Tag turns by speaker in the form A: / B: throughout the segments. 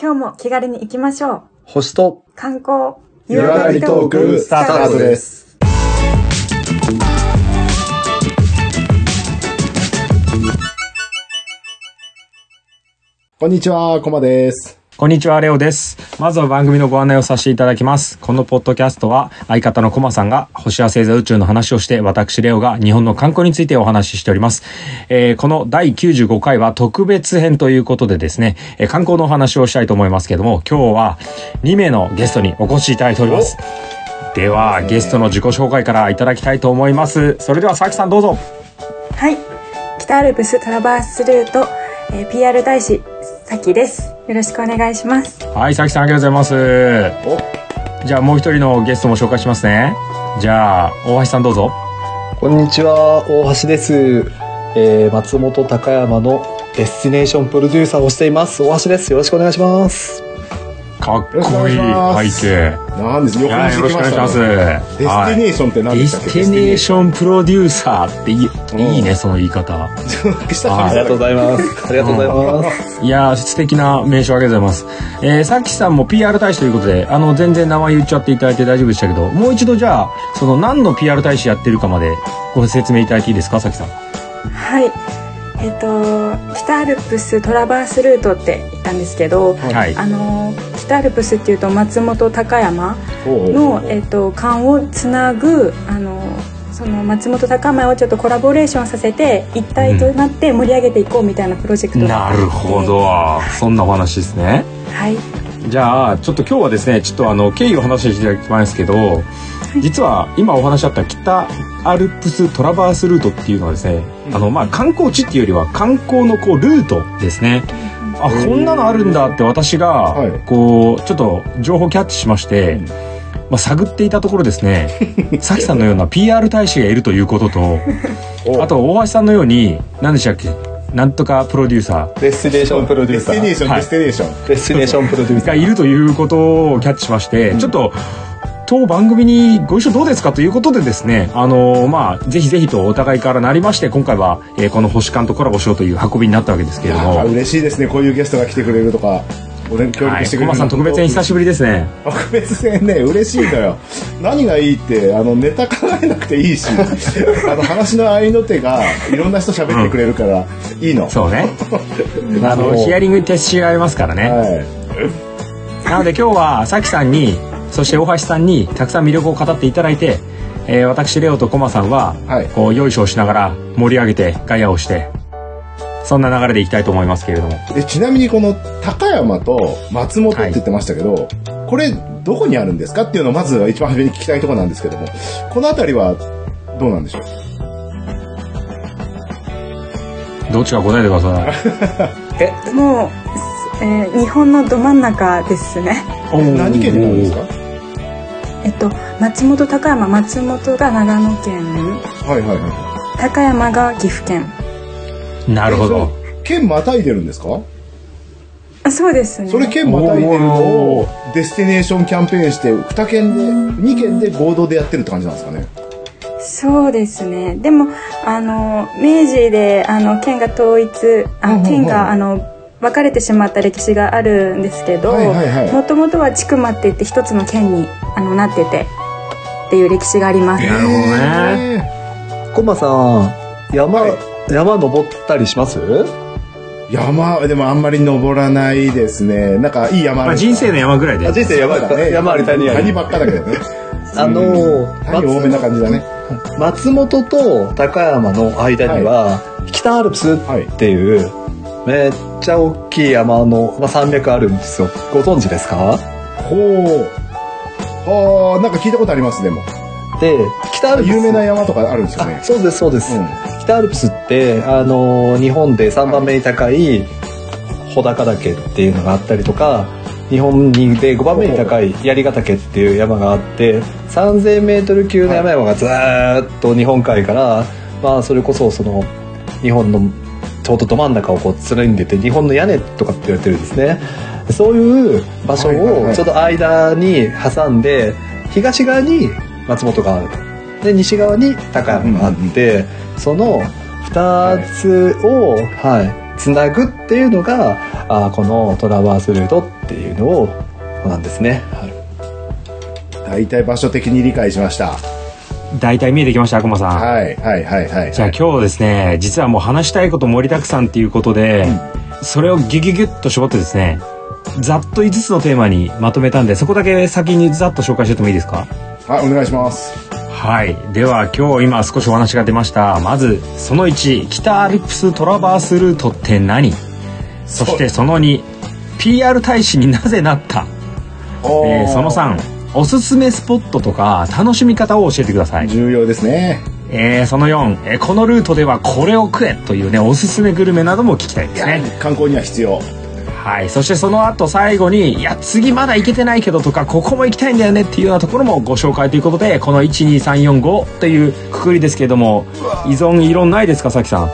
A: 今日も気軽に行きましょう。
B: 星と
A: 観光、。
B: 湯上がりトークスタートですす。
C: こんにちは、コマです。
D: こんにちは、レオです。まずは番組のご案内をさせていただきます。このポッドキャストは、相方のコマさんが、星や星座宇宙の話をして、私、レオが日本の観光についてお話ししております。えーこの第95回は特別編ということでですね、えー観光のお話をしたいと思いますけども、今日は2名のゲストにお越しいただいております。では、ゲストの自己紹介からいただきたいと思います。それでは、佐々木さんどうぞ。
A: はい。北アルプストラバースルート、えー PR 大使、さきです。よろしくお願いします。
D: はい、佐々木さんありがとうございます。じゃあもう一人のゲストも紹介しますね。じゃあ、大橋さんどうぞ。
B: こんにちは、大橋です。えー、松本高山のデスティネーションプロデューサーをしています。大橋です。よろしくお願いします。
D: かっ
C: よろしくお
D: こ
C: 願
D: い
C: い
D: い
C: します
D: 背景。
C: なんです、
D: い
C: 横
D: や
C: に
D: ー
C: してき
D: よろしくお
C: まし、
D: 願いしたます。
C: ね。デスティネーションって
D: は
C: 何
D: いデ
C: で
D: ィ
C: したっけ
D: スティネーションプロデューサーっていいいいね、その言い方。
C: ョン。久しぶり
D: あ
B: あ
C: だ
B: りがとうござい ます。ありがとうございます。
D: いやー、素敵な名称ありがとうございます。えー、さっきさんも PR 大使ということで、あの、全然名前言っちゃっていただいて大丈夫でしたけど、もう一度じゃあ、その何の PR 大使やってるかまでご説明いただいていいですか、さっきさん。
A: はい。えっ、と、北アルプストラバースルートって言ったんですけど、
D: はい。
A: あのー北アルプスっていうと松本高山
C: おう
A: の、えっと間をつなぐあのその松本高山をちょっとコラボレーションさせて一体となって盛り上げていこうみたいなプロジェクトがあ
D: な
A: って
D: るほど。そんなお話ですね。
A: はい
D: じゃあちょっと今日はですねちょっとあの経緯を話していただきたいんですけど実は今お話しあった北アルプストラバースルートっていうのはですね、あのまあ観光地っていうよりは観光のこうルートですね。あ
C: うん
D: こんなのあるんだって私が
C: はい
D: こうちょっと情報キャッチしまして、
C: うん
D: まあ、探っていたところです ねさきさんのような PR 大使がいるということと
C: お
D: あと大橋さんのように何でしたっけなんとかプロデューサ
B: デスティネーションプロデュ
C: デ
B: ー
C: ス
B: サ
C: ティネー
B: ー。
C: ション、
D: はい
C: デスティネーション。
B: デスティネーションプロデュー
D: ー
B: サ
D: がい
B: ー。
D: るということをキャッチしまして、ちょっと当番組にご一緒どうですかということでですね、あのまあ、ぜひぜひとお互いからなりまして、今回は、えーこの星間とコラボしようという運びになったわけですけれど
C: あ
D: も、
C: 嬉しいですね、こういうゲストが来てくれるとか。俺協
D: は
C: 力
D: い、
C: してく
D: コ
C: れる
D: マさん特別に久しぶりですね。
C: 特別戦ね嬉しいの よ何がいいってあのネタ考えなくていいしあの話の合いの手がいろんな人喋ってくれるから、いいの
D: そ うね。あの、ヒアリングに徹しありますからね。
C: はい
D: なので今日は、さきさんに、そして大橋さんに、たくさん魅力を語っていただいて、えー私、レオとコマさんは、
C: はい
D: こう、よいしょをしながら盛り上げて、ガヤをして、そんな流れでいきたいと思いますけれども。
C: でちなみにこの高山と松本って言ってましたけど、これどこにあるんですかっていうのをまずは一番初めに聞きたいところなんですけどもこの辺りはどうなんでしょう
D: どっちか答えてください。
A: もう、すえー日本のど真ん中ですね
C: 何県になるんですか
A: えっと松本高山松本が長野県
C: はいはいは
A: 高山が岐阜県
D: ないるほ
C: え
D: ど。
C: それ県またいでるんですか
A: あそうですね
C: それ県またいでるの
D: お
C: をデスティネーションキャンペーンして2県で2県で合同でやってるって感じなんですかね
A: そうですね。でもあの明治であの県が統一
C: うんう
A: あ
C: んうん
A: 県があの分かれてしまった歴史があるんですけど、
C: はいはいはい
A: もともとは千曲って言って一つの県にあのなっててっていう歴史があります。
D: なるほどね。
C: え
B: コマさん、山、山登ったりします
C: ー山でもあんまり登らないですねなんかいい山
D: まあ人生の山ぐらいで。
B: 人生
C: 山
B: 山、山あり谷あり。
C: 谷ばっかだけ どね
B: あのー
C: 谷多めな感じだね
B: 松本と高山の間には、北アルプス
C: はい
B: っていう、めっちゃ大きい山の、まあ、山脈あるんですよ。ご存知ですか
C: ほう。ああ、なんか聞いたことあります、でも。
B: で、北アルプス。
C: 有名な山とかあるんですよ
B: あ
C: ね。
B: そうです、そうです。
C: う
B: 北アルプスって、あのー日本で3番目に高い穂高岳っていうのがあったりとか、日本にで5番目に高い槍ヶ岳っていう山があって、3000メートル級の山々がずーっと日本海から、まあそれこそその日本のちょうどど真ん中をこう貫いでて日本の屋根とかって言われてるんですねそういう場所
C: はいはいは
B: を
C: い
B: ちょうど間に挟んで東側に松本があるで西側に高山があって、その2つを、はいつなぐっていうのがあこのトラバースルートっていうのをなんですね。はい
C: 大体場所的に理解しました。
D: 大体見えてきました、コマさん。
C: はい、はい、はい、はい。
D: じゃあ今日ですね、実はもう話したいこと盛りだくさんっていうことで、それをギュギュギュッと絞ってですね、ざっと5つのテーマにまとめたんで、そこだけ先にざっと紹介してってもいいですか
C: はい、お願いします。
D: はい。では今日今少しお話が出ました。まず、その1、北アルプストラバースルートって何そしてその2、PR 大使になぜなった、
C: おー
D: えーその3、おすすめスポットとか楽しみ方を教えてください。
C: 重要ですね。
D: えーその4、えーこのルートではこれを食えというね、おすすめグルメなども聞きたいですね。
C: 観光には必 要。
D: はい。そしてその後最後に、いや、次まだ行けてないけどとか、ここも行きたいんだよねっていうようなところもご紹介ということで、この12345というくくりですけれども、依存異論ないですか、さきさん。
A: は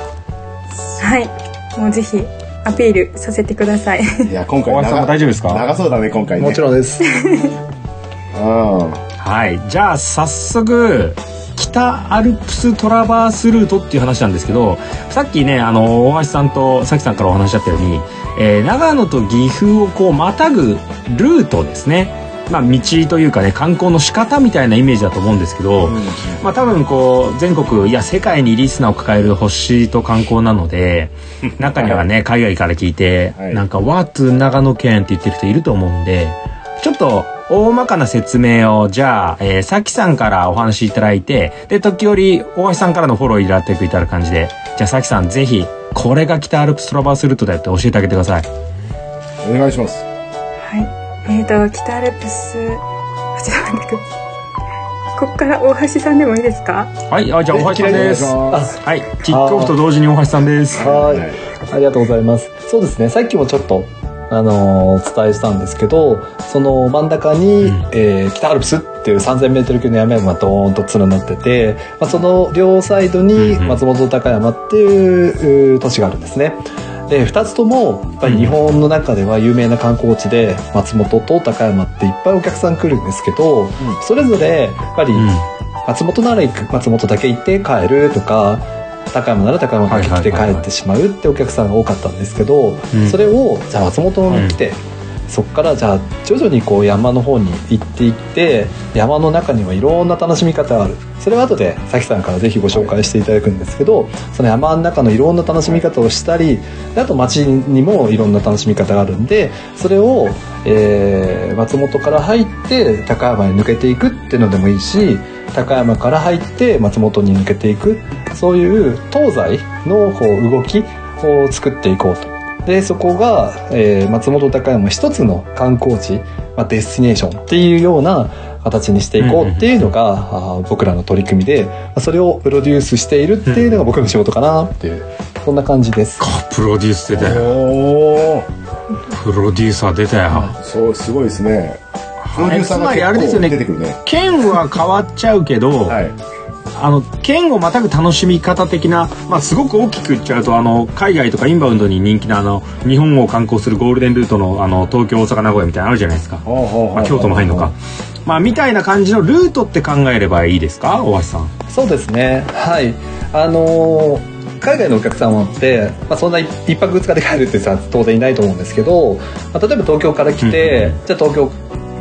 A: いもうぜひアピールさせてください
C: いや、今回
D: 小林さんも大丈夫ですか
C: 長そうだね、今回ね。
B: もちろんです。
C: ん。うん。
D: はい。じゃあ、早速、北アルプストラバースルートっていう話なんですけど、さっきね、あの、大橋さんとさきさんからお話しあったように、えー長野と岐阜をこう、またぐルートですね。まあ、道というかね、観光の仕方みたいなイメージだと思うんですけど、まあ、多分こう全国いや世界にリスナーを抱える星と観光なの で中にはね海外から聞いて、
C: はい
D: なんか「ワーツ長野県」って言ってる人いると思うんでちょっと大まかな説明をじゃあ、えー、さきさんからお話しいただいてで時折大橋さんからのフォローいらっていただく感じでじゃあさきさんぜひこれが北アルプストラバースルートだよって教えてあげてください。
C: お願いします。
A: はいえー、と北アルプスあちょっと待ってくださいここから大橋さんでもいいですか
D: はい、あじゃあ大橋さんです。
C: お願いします。
D: はい、キックオフと同時に大橋さんです。
B: はい
C: はい。
B: ありがとうございます。そうですね。さっきもちょっと、あのーお伝えしたんですけど、その真ん中に、
D: うん
B: えー北アルプスっていう3000メートル級の山々がドーンと連なってて、まあ、その両サイドに
D: うんうん
B: 松本高山っていううー都市があるんですね。で、二つとも、やっぱり日本の中では有名な観光地で、松本と高山っていっぱいお客さん来るんですけど、それぞれ、やっぱり、
D: うん
B: 松本なら行く松本だけ行って帰るとか高山なら高山だけ来て
D: はいはいはい
B: 帰
D: は
B: っ
D: い
B: てしまうってお客さんが多かったんですけど、
D: うん
B: それをじゃあ松本に来て、そこからじゃあ徐々にこう山の方に行っていって山の中にはいろんな楽しみ方があるそれは後でさきさんからぜひご紹介していただくんですけどその山の中のいろんな楽しみ方をしたりであと街にもいろんな楽しみ方があるんでそれを、えー松本から入って高山に抜けていくっていうのでもいいし高山から入って松本に抜けていくそういう東西のこう動きを作っていこうと。でそこが、えー松本高山一つの観光地、まあ、デスティネーションっていうような形にしていこうっていうのが、あー僕らの取り組みでまあそれをプロデュースしているっていうのが僕の仕事かなっていうそんな感じです。
D: プロデュース出たよ。
C: おー
D: プロデューサー出たよ。
C: そう、すごいですね。プロデューサーが
D: つまりあれです
C: 結
D: よね
C: 構出てくるね。
D: 県は変わっちゃうけど、
C: はい。
D: あの県をまたぐ楽しみ方的な、まあ、すごく大きく言っちゃうとあの海外とかインバウンドに人気なあの日本を観光するゴールデンルートのあの東京大阪名古屋みたいなのあるじゃないですか、
C: ほうほうほう
D: まあ、京都も入るのか、まあ、みたいな感じのルートって考えればいいですか大橋さん。
B: そうですね。はい。あのー海外のお客様って、まあ、そんな一泊二日で帰るってさ当然いないと思うんですけど、まあ、例えば東京から来て、じゃあ東京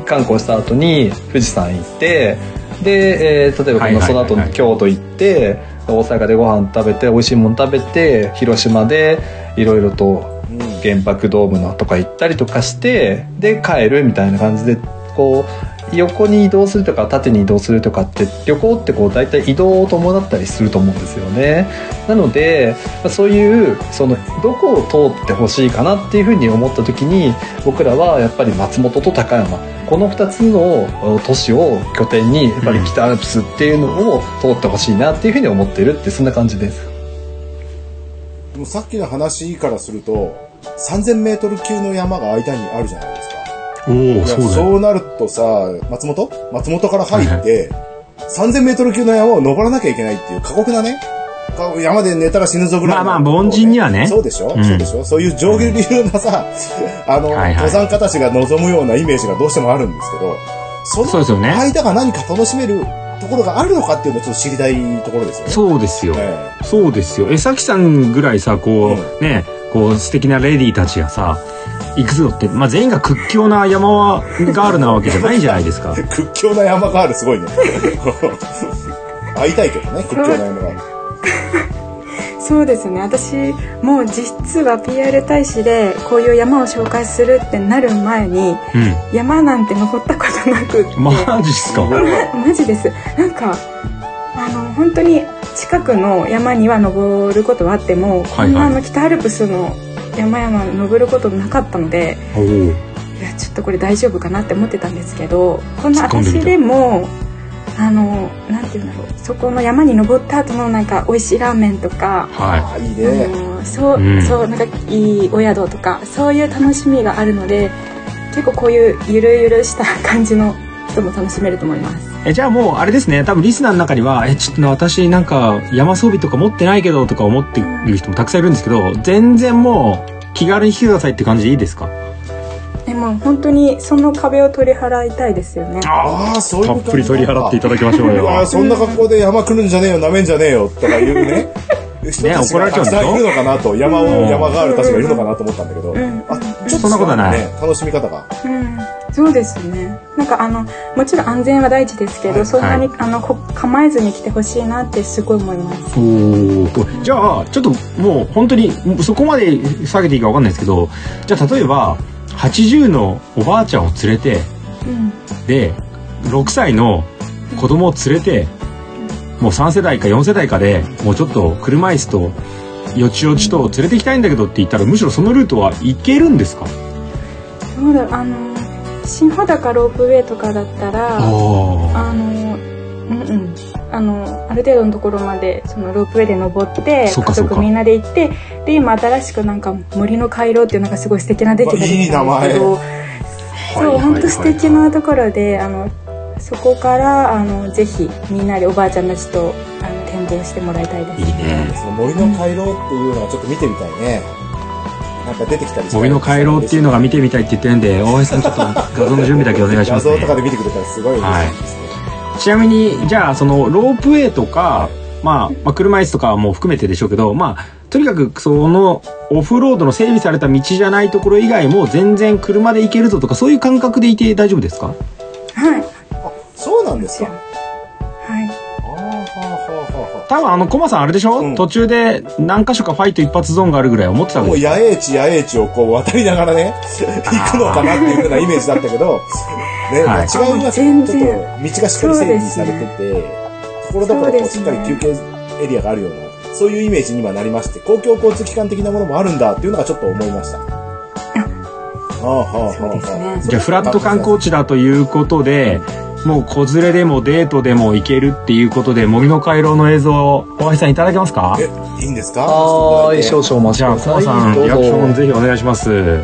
B: 観光した後に富士山行ってで、えー例えば
D: は
B: こ
D: いはい
B: の
D: はい
B: その後に京都行って大阪でご飯食べて美味しいもの食べて広島でいろいろと
C: うん
B: 原爆ドームのとか行ったりとかしてで帰るみたいな感じでこう横に移動するとか縦に移動するとかって旅行ってこう大体移動を伴ったりすると思うんですよね。なのでまあそういうそのどこを通ってほしいかなっていうふうに思った時に僕らはやっぱり松本と高山この2つの都市を拠点にやっぱり北アルプスっていうのを通ってほしいなっていうふうに思ってるってそんな感じです。
C: でもさっきの話からすると、3000メートル級の山が間にあるじゃないですか。
D: お
C: いやそうなるとさ、松本松本から入って、3000メートル級の山を登らなきゃいけないっていう過酷なね、か山で寝たら死ぬぞぐらいの
D: まあまあ凡人にはね
C: そうでしょ、
D: うん
C: そうでしょそういう上下流なさ、あの、
D: はいはい
C: 登山家たちが望むようなイメージがどうしてもあるんですけど、そ
D: そうですよ
C: の
D: ね。
C: 間が何か楽しめるところがあるのかっていうのをちょっと知りたいところですよね。
D: そうですよ。
C: え
D: そうですよ。え、さきさんぐらいさ、こう、ね、こう素敵なレディーたちがさ行くぞって、まあ、全員が屈強な山はガールなわけじゃないじゃないです か
C: 屈強な山ガールすごいね。 会いたいけどね、屈強な山ガール。
A: そうですね私もう実は PR 大使でこういう山を紹介するってなる前に
D: う
A: 山なんて登ったことなくって
D: んマジっすか
A: マジですなんかあの本当に近くの山には登ることはあっても、こ
D: はいはい
A: んなあの北アルプスの山々登ることなかったので
D: おお
A: いやちょっとこれ大丈夫かなって思ってたんですけどこんな
D: 突っ込んでみ
A: 私
D: た
A: でもあのなんていうんだろうそこの山に登った後のなんか美味しいラーメンとか
D: は
C: あ、いい
A: あ
C: ね。
A: のそう、
D: うん
A: そうなんかいいお宿とかそういう楽しみがあるので結構こういうゆるゆるした感じの人も楽しめると思います。
D: いえじゃあもうあれですね多分リスナーの中には「えちょっと私なんか山装備とか持ってないけど」とか思ってる人もたくさんいるんですけど全然もう気軽に来てくださいって感じでいいですか
A: でも本当にその壁を取り払いたいですよね。
C: ああ、そういう
D: た
C: こ
D: っ
C: と
D: ぷり取り払っていただきましょう
C: うわ
D: よ
C: ーそんな格好で山来るんじゃねえよ、なめんじゃねえよ、とかいう ね。人たち
D: 怒ら
C: が
D: れちゃ
C: た
D: う
C: くさんい
D: んでしょ
C: るのかなと、山を、
D: うん
C: 山ガールたちがいるのかなと思ったんだけど
A: う。ん、
C: あ、ちょっ
D: そんなことはない
C: ね楽しみ方が。
A: うん、そうですね。なんかあのもちろん安全は第一ですけど、
C: はい
A: そんなに、あのこ構えずに来てほしいなってすごい思います。
D: おーじゃあちょっともう本当にそこまで下げていいか分かんないですけどじゃあ例えば80のおばあちゃんを連れて
A: うん、
D: で6歳の子供を連れてもう3世代か4世代かでもうちょっと車椅子とよちよちと連れて行きたいんだけどって言ったらむしろそのルートは行けるんですか
A: そうだあの新裸ロープウェイとかだったら。
D: あ
A: あの、うんうん。あの、ある程度のところまで、そのロープウェイで登って、家
D: そうかそうか
A: 族みんなで行って、で、今新しくなんか森の回廊っていうなんかすごい素敵なデッキができたんですけ
C: う
A: ど、
D: はいはい
A: そう、
D: はいはい
A: 本当素敵なところで、あの、そこから、あの、ぜひみんなでおばあちゃんたちと、あの、展望してもらいたいです。
D: いいね
C: その森の回廊っていうのはちょっと見てみたいね。なんか出てきたりして
D: 森の回廊っていうのが見てみたいって言ってるんで大橋さんちょっと画像の準備だけお願いします、ね、
C: 画像とかで見てくれたらすごい嬉しいですね。
D: ちなみにじゃあそのロープウェイとか、まあ、まあ車椅子とかも含めてでしょうけどまあとにかくそのオフロードの整備された道じゃないところ以外も全然車で行けるぞとかそういう感覚でいて大丈夫ですか
A: はい。
C: そうなんです
A: は
C: か。
A: い。
C: あーはあはあは
D: 多分あのコマさんあれでしょ、
C: うん
D: 途中で何箇所かファイト一発ゾーンがあるぐらい思ってた
C: あ
D: わけ
C: もう
D: です
C: 野営地野営地をこう渡りながらね、行くのかなっていうようなイメージだったけど、ね、
D: はい
C: 違うな、ちょ
A: 全
C: っと
A: 然
C: 道がしっかり整備されてて、ところどころこうしっかり休憩エリアがあるような、そういうイメージに今なりまして、公共交通機関的なものもあるんだっていうのがちょっと思いました。ああ、はあ、はあ、
A: そうですね
D: じゃあフラット観光地だということでもう子連れでもデートでも行けるっていうことで森の回廊の映像を大橋さんいただけますか
C: え、いいんですか
B: はーい、少々お待ち
D: じ
B: く
D: ゃ
B: だ
D: あコ
B: さ
D: マ
B: い。
D: さんリアクション
B: どうぞ
D: ぜひお願いします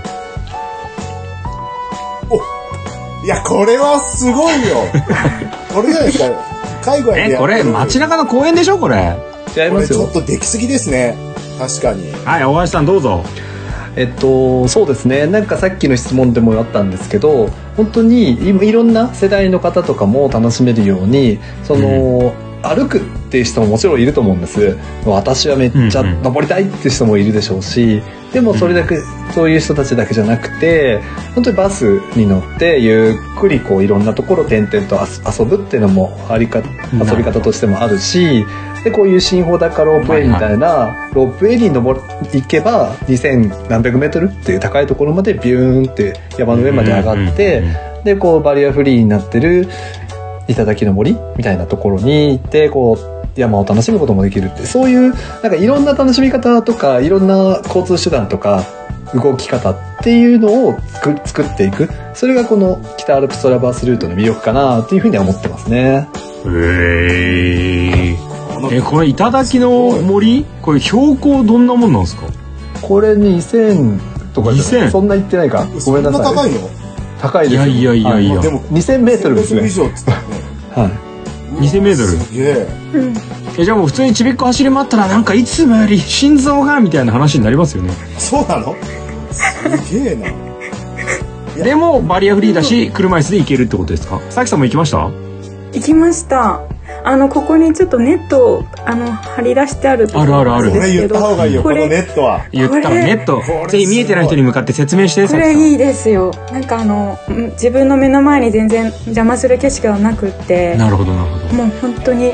C: いや、これはすごい よ。これじゃないですか。海外でやって
D: え
C: る。
D: これ街中の公園でしょこれ
B: 違い
C: こ
B: ま
C: れ
B: す
C: ちょ
B: よ
C: っ。とできすぎですね。確かに。
D: はい、大橋さんどうぞ。
B: えっと、そうですねなんかさっきの質問でもあったんですけど本当にいいろんな世代の方とかも楽しめるようにその、歩くっていう人ももちろんいると思うんです私はめっちゃ
D: うんうん
B: 登りたいっていう人もいるでしょうし、でもそれだけ、そういう人たちだけじゃなくて本当にバスに乗ってゆっくりこういろんなところ転々と遊遊ぶっていうのもありか遊び方としてもあるしでこういう新穂高ロープウェイみたいなみたいなロープウェイに登り行けば2000何百メートルっていう高いところまでビューンって山の上まで上がって、
D: うんうん
B: でこうバリアフリーになってる頂の森みたいなところに行ってこう山を楽しむこともできるってそういうなんかいろんな楽しみ方とかいろんな交通手段とか動き方っていうのを作作っていくそれがこの北アルプストラバースルートの魅力かなっていうふうには思ってますね。
D: ええ、これ頂の森、これ標高どんなもんなんですか。
B: これ2000とかじゃない
D: 2000
B: そんな行ってないかごめんなさ
C: そんな高いの
B: 高いですよ
D: いやいやいやいや
B: は
C: でも
B: 2000メートルです
C: 以
B: ね。
C: 上っつったよね。
B: は
D: 2000メートル
C: すげえ。
A: うん。
D: え、じゃあもう普通にちびっこ走り回ったら、なんかいつもより心臓がみたいな話になりますよね。
C: そうなのすげえな。や
D: でも、バリアフリーだし、車椅子で行けるってことですか。さきさんも行きました。
A: 行きましたあのここにちょっとネットをあの張り出してあるところ
D: あるあるある
A: なん
C: こ
A: で
C: れ
A: す
C: 言
A: け
C: った
A: ど
C: 方がいいよ、こ
A: こ
C: の
A: れ
C: ネットは。
D: 言ったらネット
C: これ
D: ぜひ見えてない人に向かって説明して
A: こ
D: さきさ
A: れ
D: ん
A: いいですよなんかあのうん自分の目の前に全然邪魔する景色はなくって
D: なるほどなるほど
A: もう本当に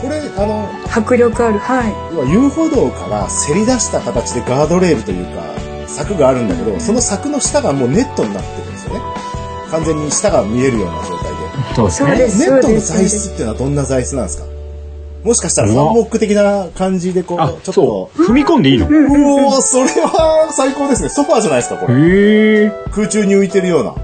C: これ、あの、
A: 迫力あるはい
C: 要は遊歩道からせり出した形でガードレールというか、柵があるんだけど、その柵の下がもうネットになってるんですよね。完全に下が見えるような状態で。
D: そうです
A: そう
D: ね
A: で
C: ネ
A: す
C: ットの
A: そうで
C: 材
A: す
C: 質っていうのはどんな材質なんですかもしかしたら
D: う
C: ハン
D: わ
C: モック的な感じでこ
D: あ
C: う、ちょっ
D: そ
C: と。
D: う踏み込んでいいの
A: うんうんうん
C: うおー、それは最高ですね。ソファーじゃないですか、これ。
D: へえ
C: 空中に浮いてるような。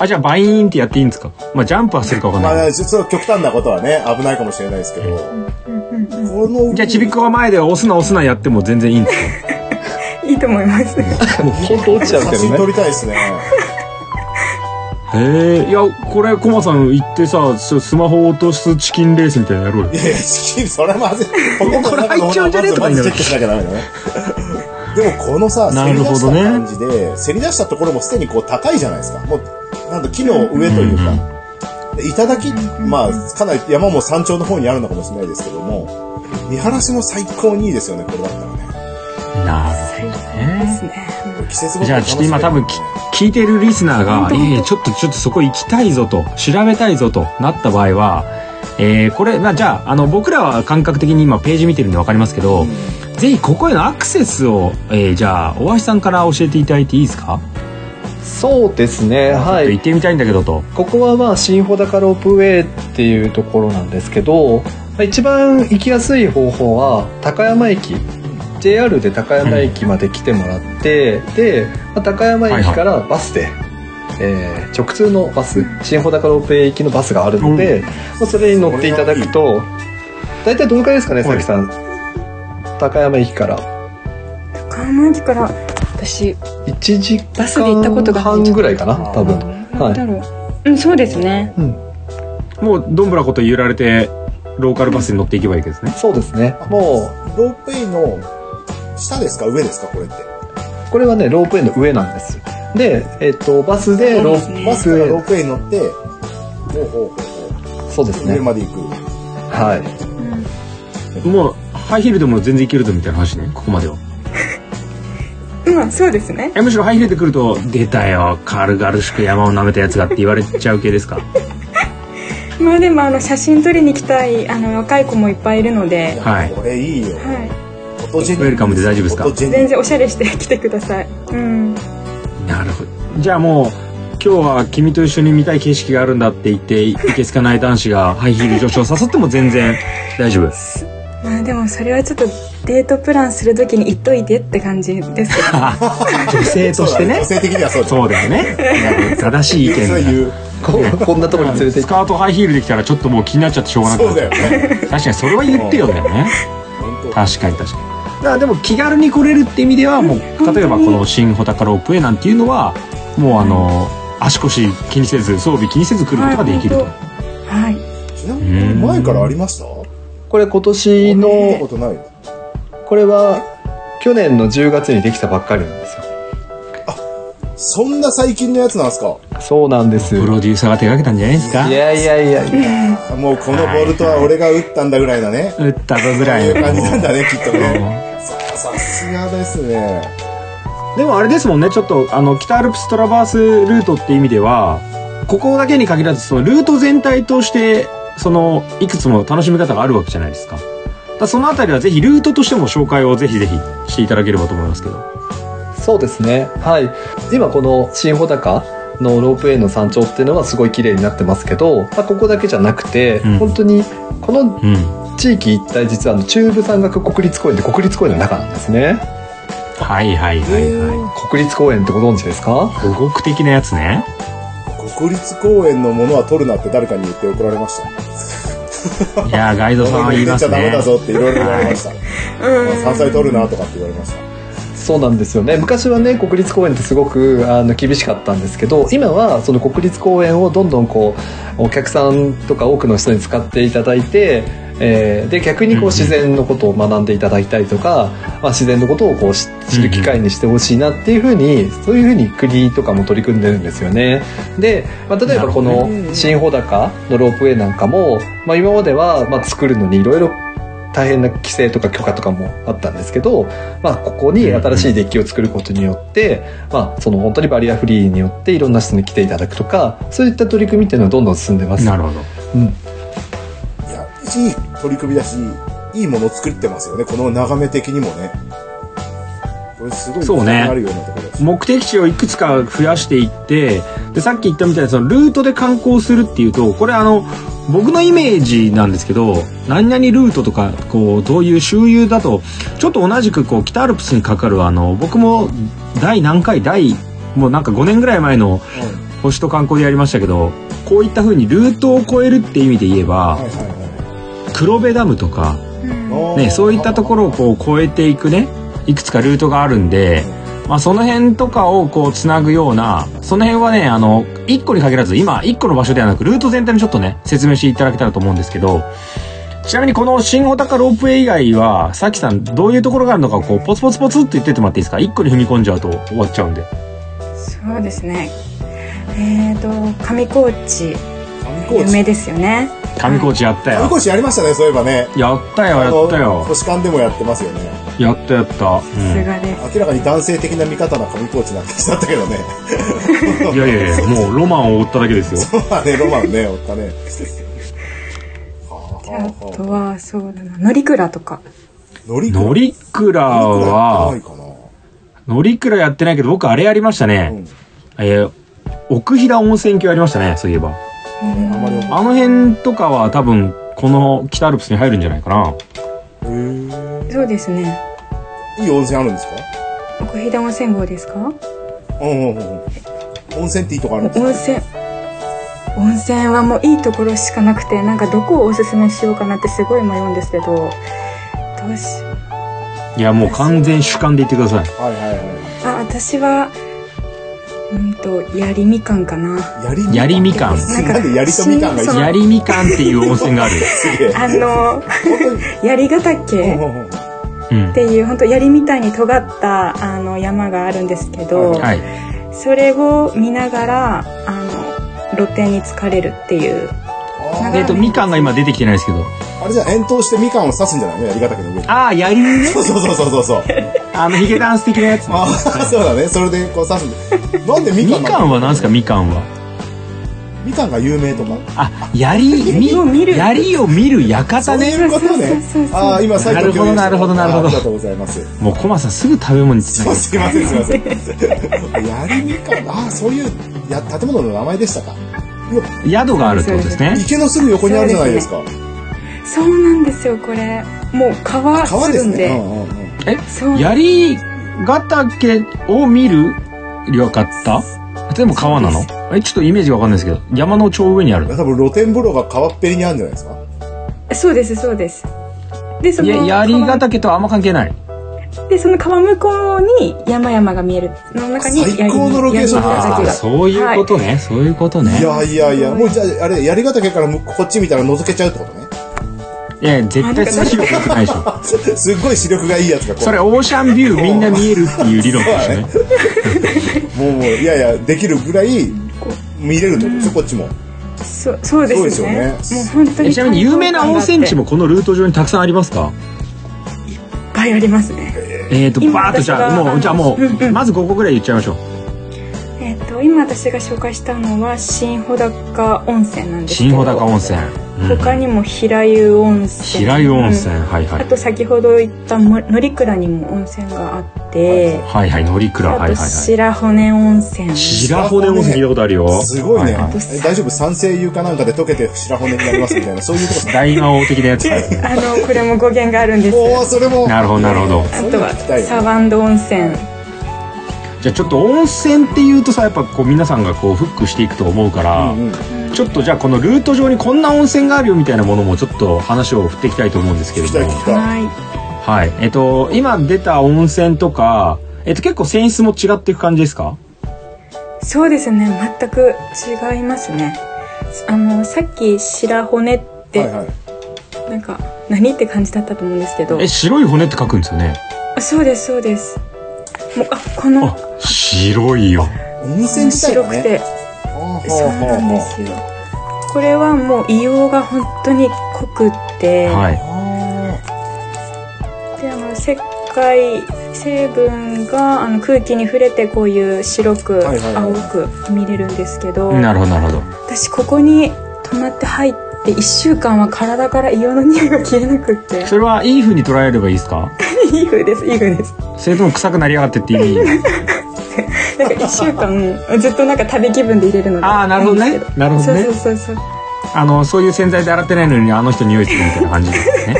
D: あじゃあバイーンってやっていいんですかまあジャンプはするかわかん
C: ま
D: ない
C: あ、ちょっと極端なことはね、危ないかもしれないですけど。こ
A: うんうんうん
C: の、
D: じゃあちびっこが前で押すな押すなやっても全然いいんですよ
A: いいと思います
B: 本当落ちちゃう
C: 写
B: け
C: 真撮
B: どね
C: りたいですね。
D: へえいやこれコマさん行ってさススマホ落とすチキンレースみたいなのやろうよ
C: いやいや、チキン、それはまずい。ポケットの中の
D: これ入っちゃうんじゃねえとか
C: ま
D: 言い
C: ず
D: な
C: チェ
D: がら
C: ックしなきゃダメだね。でもこのさ、
D: な
C: せり
D: る
C: 出
D: ほ
C: し
D: ど
C: た
D: ね
C: 感じで、せり出したところもすでにこう高いじゃないですか。もう、なんと木の上という
D: う
C: か。で頂き、まあ、かなり山も山頂の方にあるのかもしれないですけども、見晴らしも最高にいいですよね、これだったらね。
D: なる
A: 最高で
D: ね
A: すね
C: 季節ごとに
D: じゃあちょっと今多分き聞いてるリスナーが「いやいやちょっとちょっとそこ行きたいぞ」と「調べたいぞ」となった場合は、えーこれ、まあ、じゃああの僕らは感覚的に今ページ見てるんで分かりますけど、ぜひここへのアクセスを、えーじゃあ大橋さんから教えていただいていいですか、
B: そうですねは
D: ちょっと
B: い
D: 行ってみたいんだけどと。
B: ここはまあ新穂高ロープウェイっていうところなんですけどまあ一番行きやすい方法は高山駅 JR で高山駅まで来てもらって、で、まあ高山駅からバスで、えー直通のバス新穂高ロープウェイ行きのバスがあるので、まあそれに乗っていただくと大体どのくらいですかね
D: は
B: さ
D: い
B: きさん高山駅から
A: 高浜駅から私
B: 1時
E: バスで行ったこと
B: 間
E: が
B: 半ぐらいかな多分、
A: なんだろう、うんそうですね
B: うん、
D: もうどんぶらこと揺られてローカルバスに乗っていけばいいわけですね。
B: そうですねもう
C: ロープウェイの下ですか上ですかこれって。
B: これはねロープウェイの上なんですで、えっとバスでロー
C: バスからロ
B: プ
C: ープウェイに乗って、ほうほうほうほう。
B: そうですね
C: 上まで行く。
B: はい
D: もうハイヒールでも全然いけるぞみたいな話ねここまでは。
A: うんそうですね
D: えむしろハイヒールで来ると「出たよ軽々しく山を舐めたやつが」って言われちゃう系ですか
A: まあでもあの写真撮りに来たいあの若い子もいっぱいいるので、
D: はい
C: これいいよ。
A: は
C: フォトジェニック
D: ウェルカムで大丈夫ですか
C: フォトジェ
A: い、
C: ニッ
A: 全
C: ク
A: 然おしゃれして来てください。うん、
D: なるほどじゃあもう今日は君と一緒に見たい景色があるんだって言っていけすかない男子がハイヒール女子を誘っても全然大丈夫
A: まあでもそれはちょっとデートプランするときに言っといてって感じですけど。
D: 女性としてね
C: 女性的にはそうだ
D: そうだよねなるほど正しい意
C: それ
D: 見
C: 言う。
B: ここんなところ
D: が
B: に連れて
D: ス
B: 行く
D: カートハイヒールできたらちょっともう気になっちゃってしょうがなく
C: そ
D: な
C: う
D: っち
C: だよ
D: ゃう
C: ね。
D: 確かにそれは言ってよだよね
C: 本当
D: 確かに確かにだからでも気軽に来れるって意味ではもう例えばこの新穂高ロープウェイなんていうのはもうあの足腰気にせず装備気にせず来ることができると、
A: はいはい。
C: ちなみに前からありました
B: これ今年
C: 見たこ
B: の
C: とない。
B: これは去年の10月にできたばっかりなんですよ
C: そんな最近のやつなんですか
B: そうなんです
D: プ
B: い
D: ロデューサーが手掛けたんじゃないですか
B: やいやいや
C: もうこのボルトは俺が打ったんだぐらいなね。
D: 打ったぞぐ
C: ああ
D: ら
C: い
D: いうの
C: 感じ なんだね、きっとね。
D: う
C: ささすがですね。
D: んでもあれですもんねちょっとあの北アルプストラバースルートって意味ではここだけに限らずそのルート全体としてそのいくつも楽しみ方があるわけじゃないですかだからそのあたりはぜひルートとしても紹介をぜひぜひしていただければと思いますけど
B: そうですねはい今この新穂高のロープウェイの山頂っていうのはすごい綺麗になってますけど、まあ、ここだけじゃなくて、
D: うん
B: 本当にこの
D: うん
B: 地域一帯実はあの中部山岳国立公園で国立公園の中なんですね
D: はいはいはいはい
B: 国立公園ってご存知ですか
D: 保護区的なやつ ね。
C: 国立公園のものは取るなって誰かに言って怒られました。
D: いやー、ガイドさんは言い
C: 出
D: ま
C: ち
D: す
C: ゃダメ
D: ね
C: だ。ぞっていろいろ言われました。山菜取るなとかって言われました。
B: そうなんですよね昔はね国立公園ってすごくあの厳しかったんですけど今はその国立公園をどんどんこうお客さんとか多くの人に使っていただいてえーで逆にこう
D: うん
B: 自然のことを学んでいただきたいとか、まあ、自然のことをこう知知る機会にしてほしいなっていうふうに、そういうふうに国とかも取り組んでるんですよね。で、まあ、例えばこ
D: な
C: るほ
B: の
C: どね
B: 新穂高のロープウェイなんかも、まあ、今まではまあ作るのにいろいろ大変な規制とか許可とかもあったんですけど、まあ、ここに新しいデッキを作ることによって、まあ、その本当にバリアフリーによっていろんな人に来ていただくとかそういった取り組みっていうのはどんどん進んでます。
D: なるほど。
B: うん
C: いや、いい取り組みだし、いいものを作ってますよね。この眺め的にもね。これすごい
D: そうね
C: あるようなところです。
D: 目的地をいくつか増やしていってでさっき言ったみたいにそのルートで観光するっていうとこれあの僕のイメージなんですけど何々ルートとかこうどういう周遊だとちょっと同じくこう北アルプスにかかるあの僕も第何回第もうなんか5年ぐらい前の
C: うん
D: 星と観光でやりましたけどこういった風にルートを越えるっていう意味で言え
C: はい
D: ば
C: はいは
D: 黒部ダムとか
A: うん
C: い
D: ね、そういったところをこう越えていくねいくつかルートがあるんで、まあ、その辺とかをこうつなぐようなその辺はねあの1個に限らず今1個の場所ではなくルート全体にちょっとね説明していただけたらと思うんですけどちなみにこの新穂高ロープウェイ以外はさきさんどういうところがあるのかこうポツポツポツって言ってってもらっていいですか1個に踏み込んじゃうと終わっちゃうんで
A: そうですねえっ、と上高地
C: 観光
A: 有
C: 地。
A: 名ですよね
D: 上高地やっ
C: 観
D: たよ
C: 光地やりましたね、そういえばね。
D: やったよやったよ
C: 星館でもやってますよね。
D: やったやった、
A: さすがです、
C: 明らかに男性的な見方な上高地な感じだったけどね。
D: うん、いやいやいやもうロマンを追っただけです よ
C: そうだね、ロマンね、おったね。はあはあ
A: あ
C: はあ
A: とはそうだな乗鞍とか
C: 乗り
D: 乗鞍は
C: 乗り暗いか
D: 乗りくらやってないけど、僕あれやりました
C: な、
D: ね。
C: うん、
D: えー奥飛騨温泉郷やりましたね、そういえば。
C: あんまり思
D: あの辺とかは多分、この北アルプスに入るんじゃないかな。
C: う
A: そうですね
C: へえいい温泉あるんですか
A: 奥飛騨温泉郷ですか
C: うんうんうん温泉っていいとこあるんです
A: 温泉温泉はもういいところしかなくてなんかどこをおすすめしようかなってすごい迷うんですけどどうし
D: いや、もう完全主観で言ってください。
C: かはいはいは
A: あ私はうんとやりみかんかない
C: やり
D: やりみかん
A: なんか
C: なんでやりとみかんが
A: そ
C: 一緒
A: う
D: やりみかんっていう温泉が ある。
C: すげえ
A: あの
C: 本当に
A: 槍ヶ
C: うんう
A: 岳
C: んうん
D: うん
A: っ。ていう本当槍みたいに尖ったあの山があるんですけど、
C: は
D: はい。
A: それを見ながらあの露店に疲れるっていう
C: あ
D: えっ、と、みかんが今出てきてないですけど。
C: ーあれじゃあ遠投してみかんを刺すんじゃないのやり方けの上に
D: ああ、やりみね
C: そうそうそうそうそうそう
D: あの、ヒゲダンス的なやつね。
C: ああそうだねそれでこう刺すんでなんでみ
D: み
C: かんなの
D: かんは何ですか、みかんは。
C: みかんが有名とか
D: あ、やり、み
A: を見、る
D: やりを見る
C: そ
D: 館
C: う
D: ね。
C: いうこと
A: そう
C: ね
A: そうそうそう
C: ああ今最後
D: なるほどなるほどなるほ
C: あー
D: ど
C: ありがとうございます
D: もう、コマさんすぐ食べ物につな
C: そう
D: げ
C: すいませんすいませ んやりみかんああそういうや建物の名前でしたか
D: る。宿があるってことですね。
C: 池のすぐ横にあるじゃないですか
A: そうなんですよこれもう川
C: 川
A: す
C: で
A: る
C: す
A: んで
C: ねうんうんうん
A: そう
D: 槍ヶ岳を見るよかったでも川なのえちょっとイメージがわかんないですけど山の頂上にある
C: いや多分露天風呂が川っぺりにあるんじゃないですか
A: そうですそうですでそ
D: い
A: の
D: や槍ヶ
A: 川
D: 岳とはあんま関係ない
A: でその川向こうに山々が見えるその中に
C: 最高のロケーショ
A: 槍
C: ン
A: ヶ
D: あ
A: 岳
D: あ
A: が
D: そういうことね、そういうことね
C: いやいやいや、もうじゃあ、あれ、やり方から向こっち見たら覗けちゃうってことね。
D: いや絶対そんな広くなくないでしょ
C: あすすっごい視力がいいやつがこう。
D: それオーシャンビューみんな見えるっていう理論ですね
C: もう、もう、いやいや、できるぐらい、見れるってことでしょ、こっちも。
A: そうそうですね
C: そうです
A: もう本当
D: え
A: に
D: ちなみに有名な温泉地もこのルート上にたくさんありますか
A: いっぱいありますね
D: えーと
A: 今
D: バーッとじゃあ
A: 私が
D: もうじゃあも
A: うんう
D: うんまず5個ぐらい言っちゃいましょう
A: えっ、と今私が紹介したのは新穂高温泉なんですけど
D: 新穂高温泉、うん
A: 他にも平湯温泉
D: 平湯温泉、
A: うん
D: はいは
A: あ
D: い
A: と先ほど言ったも乗鞍にも温泉があって、
D: はいはい乗鞍はいはい
A: あ
D: は
A: と
D: い
A: 白骨温泉
D: 白骨温泉聞いたことあるよ。
C: すごいね。
D: はは
C: え大丈夫酸性油かなんかで溶けて白骨になりますみたいな、そういうこと
D: 大魔王 的なやつ。
A: あのこれも語源があるんです
C: おおそれも。
D: なるほどなるほど
A: あ
C: そういう
A: と
C: の
A: は
C: 聞きたいよ
A: サワンド温泉
D: じゃあちょっと温泉っていうとさ、やっぱこう皆さんがこうフックしていくと思うから、
C: うんうん
D: ちょっとじゃあこのルート上にこんな温泉があるよみたいなものもちょっと話を振っていきたいと思うんですけ
C: 聞
D: れ
C: きた
D: ど
C: い、
D: も。
C: 聞きたい。
A: はい
D: はい。えっと、今出た温泉とか、えっと結構泉質も違っていく感じですか
A: そうですね全く違いますねあのさっき白骨って、
C: はいはい。
A: なんか何って感じだったと思うんですけど
D: え、白い骨って書くんですよね。
A: あそうですそうですもうあこの
D: あ、白いよ。
C: お店自体
A: 白
C: が
A: く
C: ね
A: てそうなんですよこれはもう硫黄が本当に濃くって、
D: はい。
A: であの石灰成分があの空気に触れてこういう白く
C: はいはいはい
A: 青く見れるんですけど、
D: なるほど、なるほど。
A: 私ここに泊まって入って1週間は体から硫黄の匂いが消えなく って
D: それはいい風に捉えればいいですか
A: いい風ですいい風です
D: それとも臭くなりやがってって意味
A: なんか1週間ずっとなんか旅気分で入れるので
D: ああ、なるほどね。なるほ
A: そ
D: ど
A: う
D: ね
A: そう。そうそう
D: あの、そういう洗剤で洗ってないのにあの人匂いするみたいな感じで すね。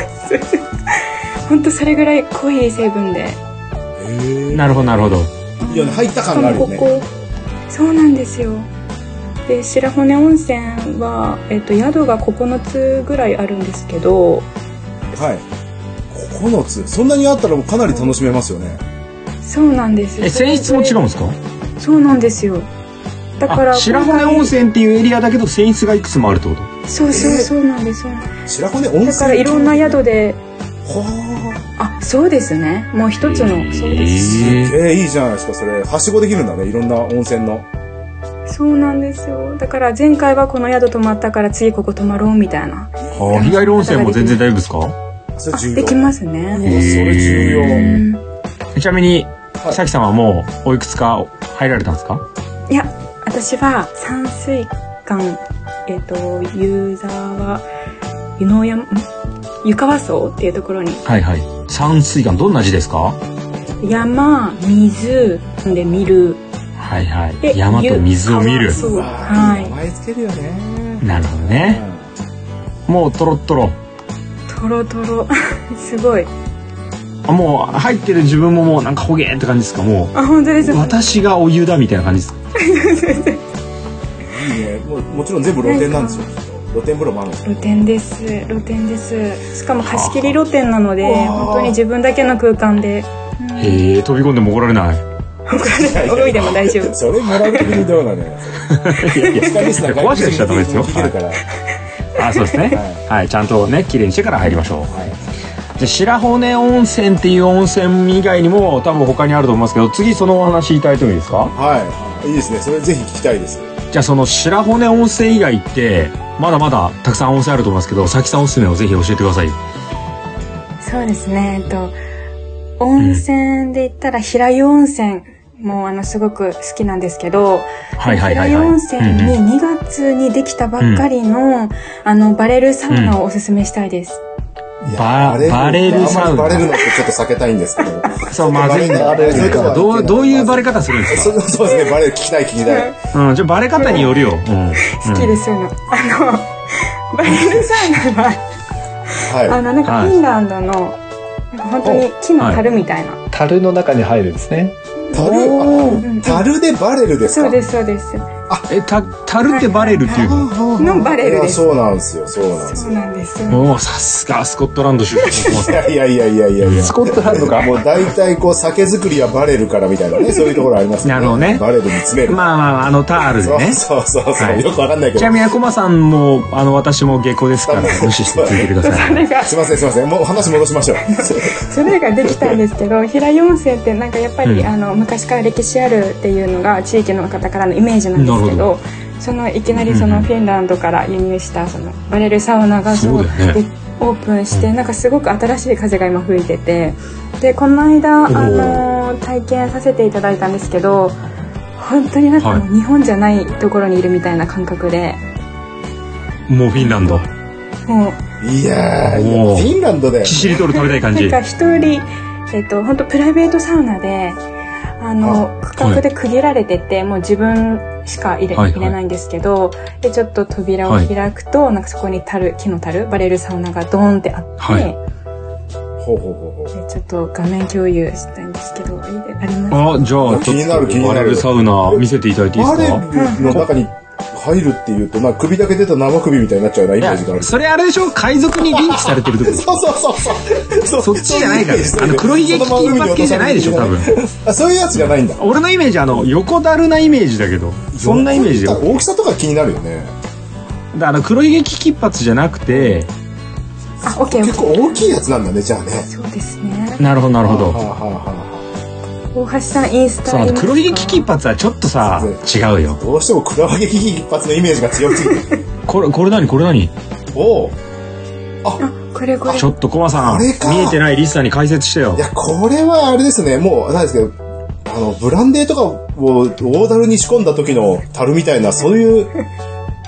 A: 本当それぐらい濃い成分で
D: なるほど、なるほど。
C: いや入った
A: し
C: 感
A: か
C: がある
A: も
C: よ
A: こ
C: ね
A: こそうなんですよで白骨温泉は、えっと、宿が9つぐらいあるんですけど
C: はい9つそんなにあったらかなり楽しめますよね
A: そうなんですよ
D: え、泉質も違うんですか
A: そうなんですよだから
D: あ、白骨温泉っていうエリアだけど泉質がいくつもあるってこと
A: そうそうそうなんですそうなんです
C: 白骨温泉
A: だからいろんな宿で
C: は
A: あそうですねもう一つの、そうです
C: あ
D: え
C: えー、いいじゃないですかそれはしごできるんだねいろんな温泉の
A: そうなんですよだから前回はこの宿泊まったから次ここ泊まろうみたいな
D: ー。あ日帰り温泉も全然大丈夫ですか
C: それ
A: あ
C: 重要
A: できますね、
C: うんそれ重要
A: う
D: へ
A: ん、
D: ーちなみに、
C: い
D: さきさんはもうおいくつか入られたんですか
A: いや私は山水館えっ、とユーザーは湯の山ん湯川荘っていうところに
D: はいはい。山水館どんな字ですか
A: 山水で見る
D: はいは
A: で
D: い。山と水を見る
A: 湯川。荘
C: うわー
A: はい
C: 名前つけるよね
D: なるほどね。もうトロットロ。
A: とろとろ すごい
D: あもう入ってる自分ももうなんかほげーって感じですかも
A: あ本当で
D: う
A: す
D: 私がお湯だみたいな感じですか
C: うんいいねもうもちろん全部露天なんですよ露天風呂もあるんですけ
A: 露
C: ど
A: 天です露天ですしかも貸し切り露天なので
C: はあ
A: 本当に自分だけの空間で
D: へえ飛び込んでも怒られない
A: 泳いでも大丈夫
C: それもらうときにどうなの よ
D: いやいや
C: スカリスナー
D: 壊してしちゃダメですよ
C: 聞いてるから
D: あそうですね
C: は
D: はい、ちゃんとね綺麗にしてから入りましょう
C: はい
D: じゃあ白骨温泉っていう温泉以外にも多分他にあると思いますけど次そのお話いただいてもいいですか
C: はい。いいですね。それぜひ聞きたいです。
D: じゃあその白骨温泉以外ってまだまだたくさん温泉あると思いますけどさきさんおすすめをぜひ教えてください
A: そうですね、えっと、温泉で言ったら平湯温泉もあのすごく好きなんですけど、
D: はいはいはい
A: 平
D: は
A: 湯
D: い
A: 温泉に
D: うんうん
A: 2月にできたばっかりの、あのバレルサウナをおすすめしたいです。
D: ババレるサウナ
C: あんまりバレるのってちょっと避けたいんですけど。
D: そうまずい
C: バレる
D: そうかどうどういうバレ方するんです
C: それそうですね。バレる聞きたい聞きたい。
D: か、うん、じゃあバレ方によるよ、うん、
A: 好きですよね。あの、バレルサウナは、あ
C: は
A: のなんか
D: はい
A: フィンランドの、なんか本当に木の樽みたいな。
B: 樽の中に入るんですね。
C: い。樽、あ樽でバレるですか
A: そうです、そうです。
D: えた樽ってバレるっていうの
A: のバレルです
C: いやそうなんですよ。そうなんです
A: そう
C: よ。
A: なんです。
D: もうさすがスコットランド出身の
C: いやいやいやいやいやいや。
B: スコットランドか
C: もう大体こう酒造りはバレるからみたいなね、そういうところありますよ
D: なるほどね
C: バレルに詰める。
D: まあまああのタールでね
C: そうそうそうそ
D: は
C: う。
D: い
C: よくわかんないけ
D: ち
C: ど
D: な。みにコマさんもあの私も下校ですから無視して聞いてください
C: すいませんすいません。もう話戻しましょう。
A: それができたんですけど平湯温泉ってなんかやっぱり、
D: うん
A: あの昔から歴史あるっていうのが地域の方からのイメージなんです
D: な
A: け
D: る
A: どそのいきなりそ
D: うんう
A: の
D: ん
A: フィンランドから輸入したそのバレルサウナが
D: そうだよね
A: でオープンして、なんかすごく新しい風が今吹いててでこの間、
D: ー
A: あの体験させていただいたんですけど本当になんかもう
D: は
A: 日本じゃないところにいるみたいな感覚で、
D: もうフィンラ ンド
A: もう
C: いやー、い
D: お
C: や
D: ー
C: フィンランドだよ
D: キ
C: ね。
D: シリトール食べたい感じ
A: なんか一人、えっと、本当プライベートサウナで、あの、区画で区切られてて、もう自分しか入れ,、
D: はいはい
A: 入れないんですけど、で、ちょっと扉を開くと、なんかそこに樽、木の樽、バレルサウナがドーンってあって、
D: はい
C: ほうほうほうほう。
A: でちょっと画面共有したいんですけど、いいであります
D: あじゃあ
C: 気に
D: ち
C: な
D: ょ
C: る
D: っ
C: 気に
D: と
C: なる
D: バレるサウナ見せていただいていいで
C: バ
D: す
C: レ
D: か
C: ルの中に入るっていうと、なんか首だけ出た生首みたいになっちゃうようなイ
D: い
C: メ
D: や
C: ージがある。
D: それあれでしょ海賊にリンチされてるとこ
C: そうそうそうそう。そう
D: そっちじゃないからあの黒ひげ危機一発系じゃないでしょ多分。
C: あ、そういうやつじゃないんだ。
D: 俺のイメージあの横だるなイメージだけどそんなイメージだよ
C: 大きさとか気になるよね。
D: だから黒ひげ危機一髪じゃなくて
A: あ、オッケー、オッ
C: 結
A: ケー。
C: 構大きいやつなんだね、じゃあね。
A: そうですね。
D: なるほどなるほ
C: はあ
D: ど
C: はあは
A: 大橋さんインスタ
D: そうなんだ黒ひげ危機一
A: パ
D: 髪はちょっとさ違う
C: あ
D: よ
C: どうしても黒揚げ危機一発のイメージが強すぎ て。
D: これこれ何これ何
C: おお。
A: あ、これこれ。
D: ちょっとコマさん
C: あれか
D: 見えてないリスさんに解説してよ
C: いや、これはあれですね、もう、なんですけど、あの、ブランデーとかを大樽に仕込んだ時の樽みたいな、そういう、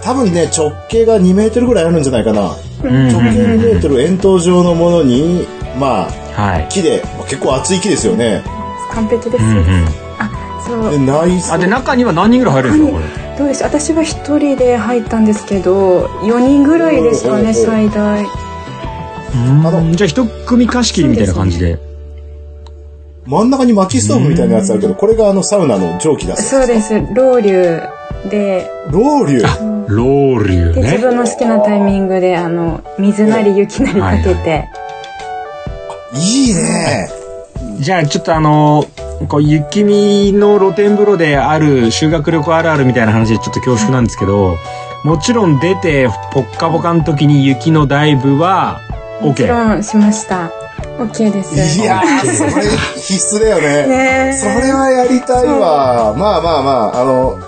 C: 多分ね、直径が2メートルぐらいあるんじゃないかな。
D: うんうん
C: 直径
D: うん
C: 2メートル円筒状のものに、まあ、
D: はい
C: 木で、まあ結構厚い木ですよね。
A: 完璧です。
D: うんうん
A: あ、そ
C: で、
A: う。
C: 内
D: あ
C: 装
D: で中には何人ぐらい入るんですかこれ
A: どうでしょう。私は一人で入ったんですけど、四人ぐらいでした
C: おーおーお
A: ね
C: ー
A: 最大。
C: あの
D: うんじゃあ一組貸し切りみたいな感じで
C: 真ん中に薪ストーブみたいなやつあるけど、これがあの、サウナの蒸気だそう
A: そうです。ロウリュで、
C: ロウリュ。
D: ローリュ
A: で自
D: ね
A: 分の好きなタイミングであの水なり雪なりかけて、
C: いいね。
D: じゃあちょっとあのーこう雪見の露天風呂である修学旅行あるあるみたいな話でちょっと恐縮なんですけど、もちろん出てポッカポカの時に雪のダイブは
A: もち
D: OK
A: ろんしました。オッケーです。
C: いやー、それ必須だよね。
A: ねえ
C: それはやりたいわ。まあまあまあ、あの、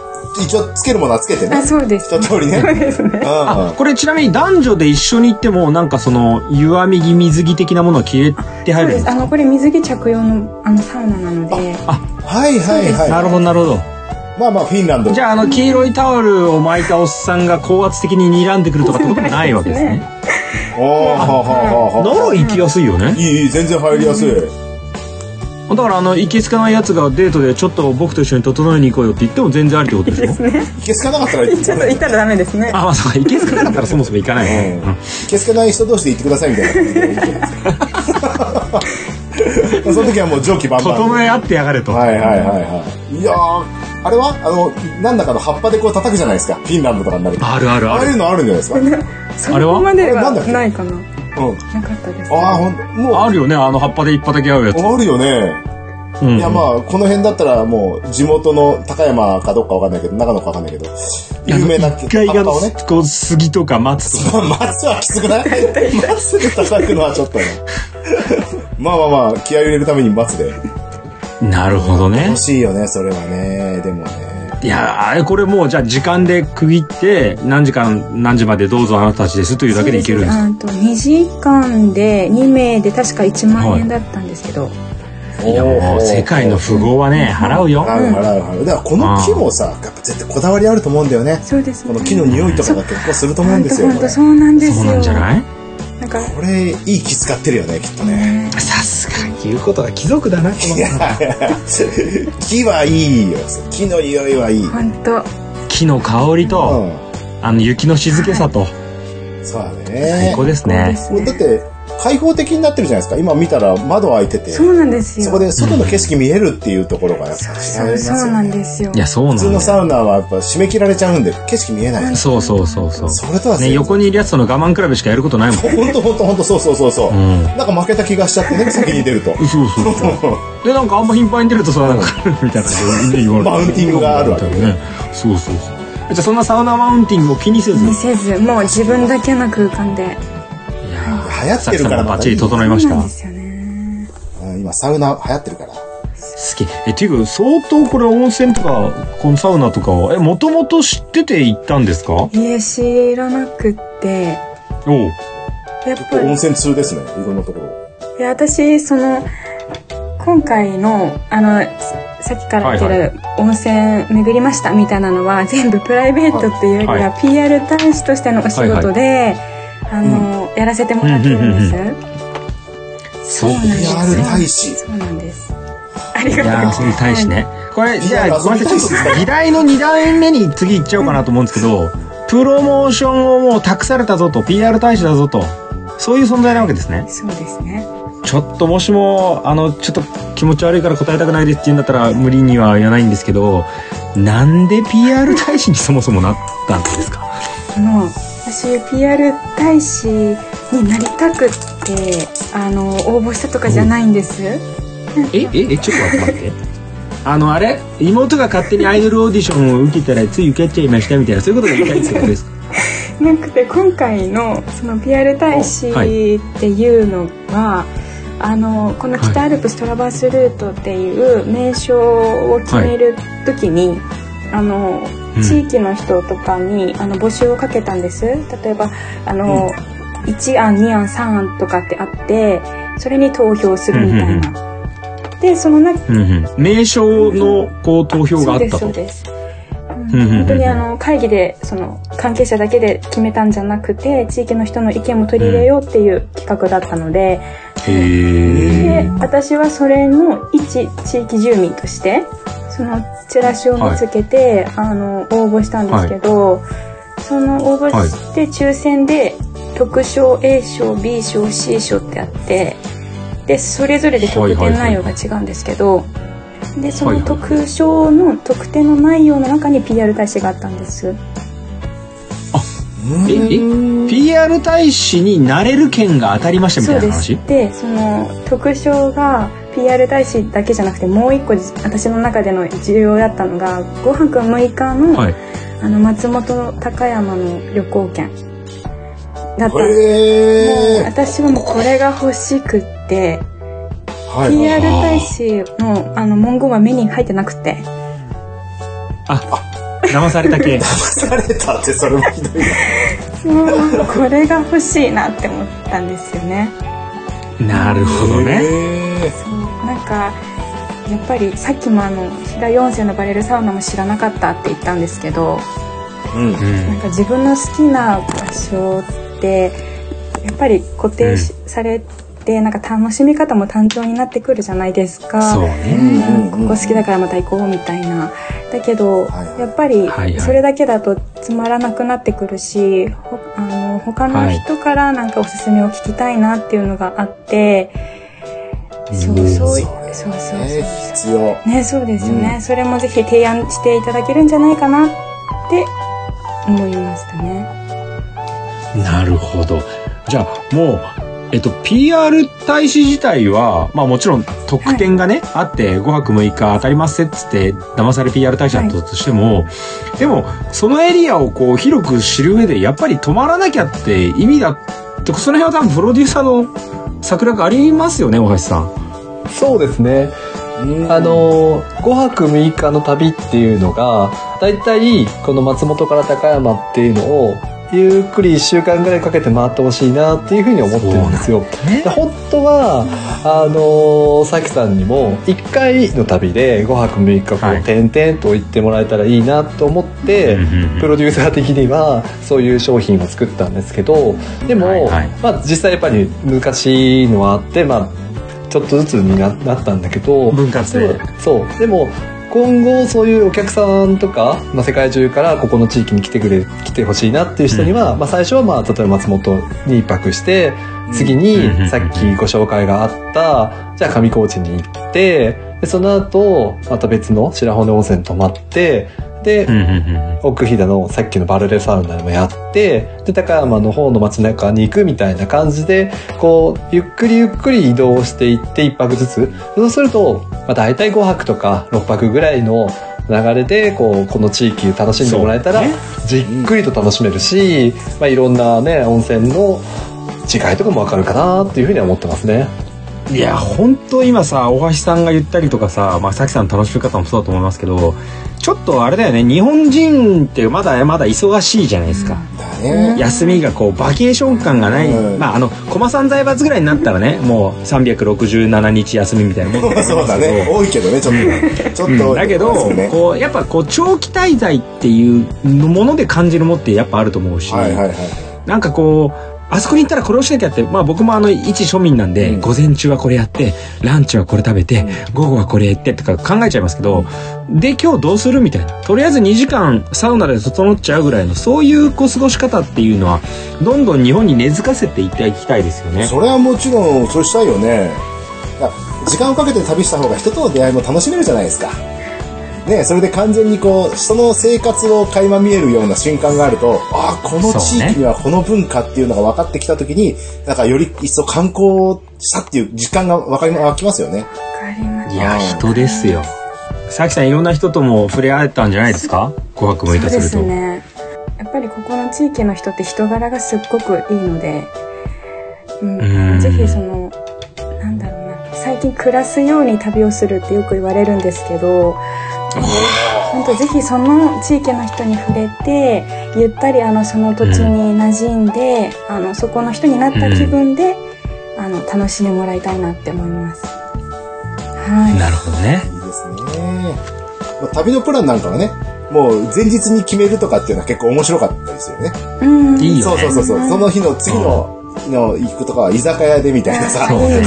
C: 一応つけるものはつけてね。
A: あ、そうです。
C: 一通りね。
A: そうですね。
D: あ
C: あ
D: これちなみに男女で一緒に行ってもなんかその湯み着水着的なものは着れて
A: そ
D: 入
A: う
D: るん
A: で
D: です
A: す。あのこれ水着着用のあのサウナなので、
C: はいはい
D: な
C: は
D: るほどなるほど
C: い。まあまあ、フィンランド。
D: じゃあ、あの、黄色いタオルを巻いたおっさんが高圧的に睨んでくるとかってこともないわけですね。
C: おーはあはあ
D: な
C: はあは
D: ら行きやすいよ
C: あ。い
D: ね。
C: い、いい、全然入りやすい。
D: だから、あの、行きつかない奴がデートでちょっと僕と一緒に整えに行こうよって言っても全然ありってことでしょ
C: いけすかなかったら行って
A: ちょっと行ったらダメですね。
D: あ、まあ、そうか。行きつかなかったらそもそも行かないね。
C: うんいけすかない人同士で行ってくださいみたいな感じでいいじゃないですか。その時はもう蒸気バンバン。
D: 整え合ってやがれと。
C: はいはいはいはい。いやー、あれはあの、なんだかの葉っぱでこう叩くじゃないですか。フィンランドとかになると。
D: あるある
C: あ
D: あ
C: あいう
D: る。
C: のあるんじゃないですか。うん。
A: そこまでは
C: あれは
A: ないかな。なかったです。
C: ああ、ほんもう、
D: あるよね。あの葉っぱで一派だけ合うやつ。
C: あるよね。
D: うん
C: いや、まあ、この辺だったらもう、地元の高山かどっかわかんないけど、長野かわかんないけど、有名な葉
D: 一回が
C: っぱをね。、
D: こう、杉とか松 とか。
C: まずはきつくないまっすぐ叩くのはちょっ とね。まあまあまあ、気合を入れるために松で。
D: なるほどね
C: 欲。しいよね、それはね。でもね。
D: いやあれこれもう、じゃあ時間で区切って、何時から何時までどうぞあなたたちですというだけでいけるんです
A: あと2時間で2名で確か1万円だったんですけど、
D: いやもう世界の富豪はね払うよ
C: 払う払う払う。だからこの木もさ、やっぱ絶対こだわりあると思うんだよね。
A: そうです
C: こ
A: ね。
C: の木の匂いとかが結構すると思うんですよ。
A: 本
C: こ
A: 当
C: れ
A: そうなんですよ。
D: そうなんじゃない
A: なんか
C: これ、いい木使ってるよね、きっと ね。
D: さすがに言うことが貴族だなこの
C: 木はいいよ。木の匂いはいい。う
A: 本当
D: 木の香りと、
C: ん。
D: あの雪の静けさと
C: そうだ
D: 最
C: ね。
D: 高です
A: そうで
D: ね
A: す
C: もうだっ
A: ね。
C: て、開放的になってるじゃないですか。今見たら窓開いてて、
A: そ
C: そう
A: なんですよ。
C: こで外の景色見えるっていうところがやっぱ違い
A: そう
C: ます
A: そ
C: よ
A: う
C: ね。
A: そうなんですよ。
D: いやそうな
C: 普通
D: ん
C: の
D: だよ
C: サウナはやっぱ締め切られちゃうんで、景色見えない。
D: そうそうそうそう
C: それとは
D: ね、
C: 全然
D: 横にいるやつとの我慢比べしかやることないもん、
C: ほんとほんとほんと、そうそうそうそう。
D: うん、
C: なんか負けた気がしちゃってね、先に出る と。
D: そうそう そうでなんかあんま頻繁に出るとさなんか みたいなことね言われて
C: マウンティングがあるわけ
D: ねそうそうそうじゃあそんなサウナマウンティングを気にせず
A: 見せず、もう自分だけの空間で。
D: いや
C: 流行っ
D: さ
C: てる
D: きさん
C: から
D: も
C: ま
D: バッ
C: た
D: チリ整いまし
A: そう
D: た
A: なん
D: 好
A: ですよね。
C: うん今サウナ流行ってるから。
D: きえっていうか相当これ温泉とかこのサウナとかをえもともと知ってて行ったんですか
A: いえ、知らなくって。
D: おう
A: やっぱ
C: 温
A: り、
C: 泉通ですね、いろんなところ。
A: いや私、その、今回の、あの、さっきから言ってる温泉巡りましたみたいなのは全部プライベートっていうより
D: はい
A: は PR 大使としてのお仕事で、あの、やらせてもらってるんです。そうなんですよ。
C: PR 大使
A: そうなんです。あり
D: いや
A: が
D: ー、
A: と
D: そうの
A: ござい
D: 大
A: ます。
D: 使ね。これ、
C: いや
D: じゃあ、ごめんな
C: 遊びた
D: さい。ちょ
C: いっ
D: っ
C: すね
D: と議題の2段目に次行っちゃおうかなと思うんですけど、プロモーションをもう託されたぞと、PR 大使だぞと、そういう存在なわけですね。
A: そうですね。
D: ちょっともしも、あの、ちょっと気持ち悪いから答えたくないですって言うんだったら無理には言わないんですけど、なんで PR 大使にそもそもなったんですか
A: あの私 PR 大使になりたくってあの応募したとかじゃないんです。
D: え、え、え、ちょっと待って待って。あの、あれ妹が勝手にアイドルオーディションを受けたらつい受けちゃいましたみたいな、そういうことが言いたいってことですか
A: なくて今回のその PR 大使
D: おは
A: っていうのが、あのこの北アルプストラバスルートっていう名称を決める時に、あの
D: うん
A: 地域の人とかに、あの募集をかけたんです。例えばあの、1案2案3案とかってあってそれに投票するみたいな。でその中
D: うんうん名称のこう投票があった
A: そ
D: と
A: う。ですそうです、
D: うんうんうんうん
A: 本当にあの会議でその関係者だけで決めたんじゃなくて地域の人の意見も取り入れようっていう企画だったので、
D: へ
A: で
D: ー
A: 私はそれの一地域住民としてそのチラシを見つけて、あの応募したんですけど、その応募して抽選で特賞 A 賞 B 賞 C 賞ってあってでそれぞれで特典内容が違うんですけど、でそ
D: はい
A: の
D: はいはい
A: 特賞の特典の内容の中に PR 大使があったんです。
D: ええ PR 大使になれる権が当たりましたみた
A: そう
D: いな
A: で
D: 話
A: すでその特賞が PR 大使だけじゃなくてもう一個私の中での重要だったのが5泊6日の,、
D: はい
A: あの松本高山の旅行券だった、もう
C: へえ。
A: 私はもうこれが欲しくって、
C: は
A: PR 大使のあの文言は目に入ってなくて
D: 騙された系
C: されたって、それもひどいな。
A: もうこれが欲しいなって思ったんですよね。
D: なるほどね
C: へー
A: そうなんかやっぱりさっきもあの平四世のバレルサウナも知らなかったって言ったんですけど
C: うん。
A: なんか自分の好きな場所ってやっぱり固定しされてなんか楽しみ方も単調になってくるじゃないですか。
D: そうね
A: うん
C: うんうん
A: ここ好きだからまた行こうみたいなだけど、
C: はいはい
A: やっぱ
D: はいはい
A: りそれだけだとつまらなくなってくるし、ほあの他の人からなんかおすすめを聞きたいなっていうのがあって、そうそうそうそうそう、
C: ね必要。
A: ねそうですよね、
C: うん
A: それもぜひ提案していただけるんじゃないかなって思いましたね
D: なるほどじゃあもうえっと PR 大使自体はまあもちろん特典がね、あって5泊6日当たりますっつって騙され PR 大使だったとしても、でもそのエリアをこう広く知る上でやっぱり泊まらなきゃって意味だってその辺は多分プロデューサーの策略ありますよね大橋さん。
B: そうですね。あのー、5泊6日の旅っていうのが、だいたいこの松本から高山っていうのを、ゆっくり1週間ぐらいかけて回ってほしいなっていうふうに思ってるんですよ。で本当は、あのー、さきさんにも、1回の旅で5泊6日こう、
D: はい
B: 点々と行ってもらえたらいいなと思って、プロデューサー的にはそういう商品を作ったんですけどでも、
D: はいはい
B: まあ、実際やっぱり難しいのはあって、まあ、ちょっとずつにななったんだけど
D: 分割
B: で
D: で
B: もそうでも今後そういうお客さんとか、まあ、世界中からここの地域に来てくれ来てほしいなっていう人には、まあ、最初は、まあ、例えば松本に一泊して次
D: うん
B: にさっきご紹介があったじゃあ上高地に行ってでその後また別の白骨温泉に泊まってで、
D: うんうんうん
B: 奥飛騨のさっきのバルレサウナでもやってで高山の方の街中に行くみたいな感じでこうゆっくりゆっくり移動していって1泊ずつそうすると、まあ、大体5泊とか6泊ぐらいの流れでこうこの地域楽しんでもらえたら、
D: そうね
B: じっくりと楽しめるし、まあ、いろんなね温泉の違いとかもわかるかなっていうふうには思ってますね。
D: いや本当今さ大橋さんが言ったりとかさ、まあ、さきさんの楽しみ方もそうだと思いますけどちょっとあれだよね日本人ってまだまだ忙しいじゃないですか、
C: だね。
D: 休みがこうバケーション感がない、
C: うん
D: まああの駒さん財閥ぐらいになったらねもう367日休みみたいなもんだ
C: そうだね。多いけどね、ちょっと。ちょっと多い。
D: だけど、
C: そうですね
D: こうやっぱこう長期滞在っていうもので感じるもってやっぱあると思うし、
C: はいはいはい。
D: なんかこう、あそこに行ったらこれをしなきゃって、まあ僕もあの一庶民なんで、
C: うん
D: 午前中はこれやって、ランチはこれ食べて、午後はこれやってとか考えちゃいますけど、で、今日どうするみたいな。とりあえず2時間サウナで整っちゃうぐらいの、そういうこう過ごし方っていうのは、どんどん日本に根付かせていっていきたいですよね。
C: それはもちろん、そうしたいよね。だから時間をかけて旅した方が人との出会いも楽しめるじゃないですか。ね、それで完全にこう、人の生活を垣間見えるような瞬間があると、ああ、この地域にはこの文化っていうのが分かってきたときに、なんかより一層観光したっていう実感が分かり、湧きますよね。
A: わかりま
D: い
A: し
D: や、人ですよ。さきさんいろんな人とも触れ合えたんじゃないですか ?5 泊
A: たそ
D: 6日
A: うです
D: ると。
A: ねやっぱりここの地域の人って人柄がすっごくいいので、うん
D: うん
A: ぜひそのなんだろうな最近暮らすように旅をするってよく言われるんですけど本当ぜひその地域の人に触れてゆったりあのその土地に馴染んで、あのそこの人になった気分で、あの楽しんでもらいたいなって思います。はい、
D: なるほど
C: いい
D: ね。
C: ですね。まあ、旅のプランなんかはね、もう前日に決めるとかっていうのは結構面白かったりするよね。
A: うん
D: いいよ
C: そう
D: ね
C: そうそうそう。その日の次の、の行くとかは居酒屋でみたいなさ。
D: そうね
A: ね。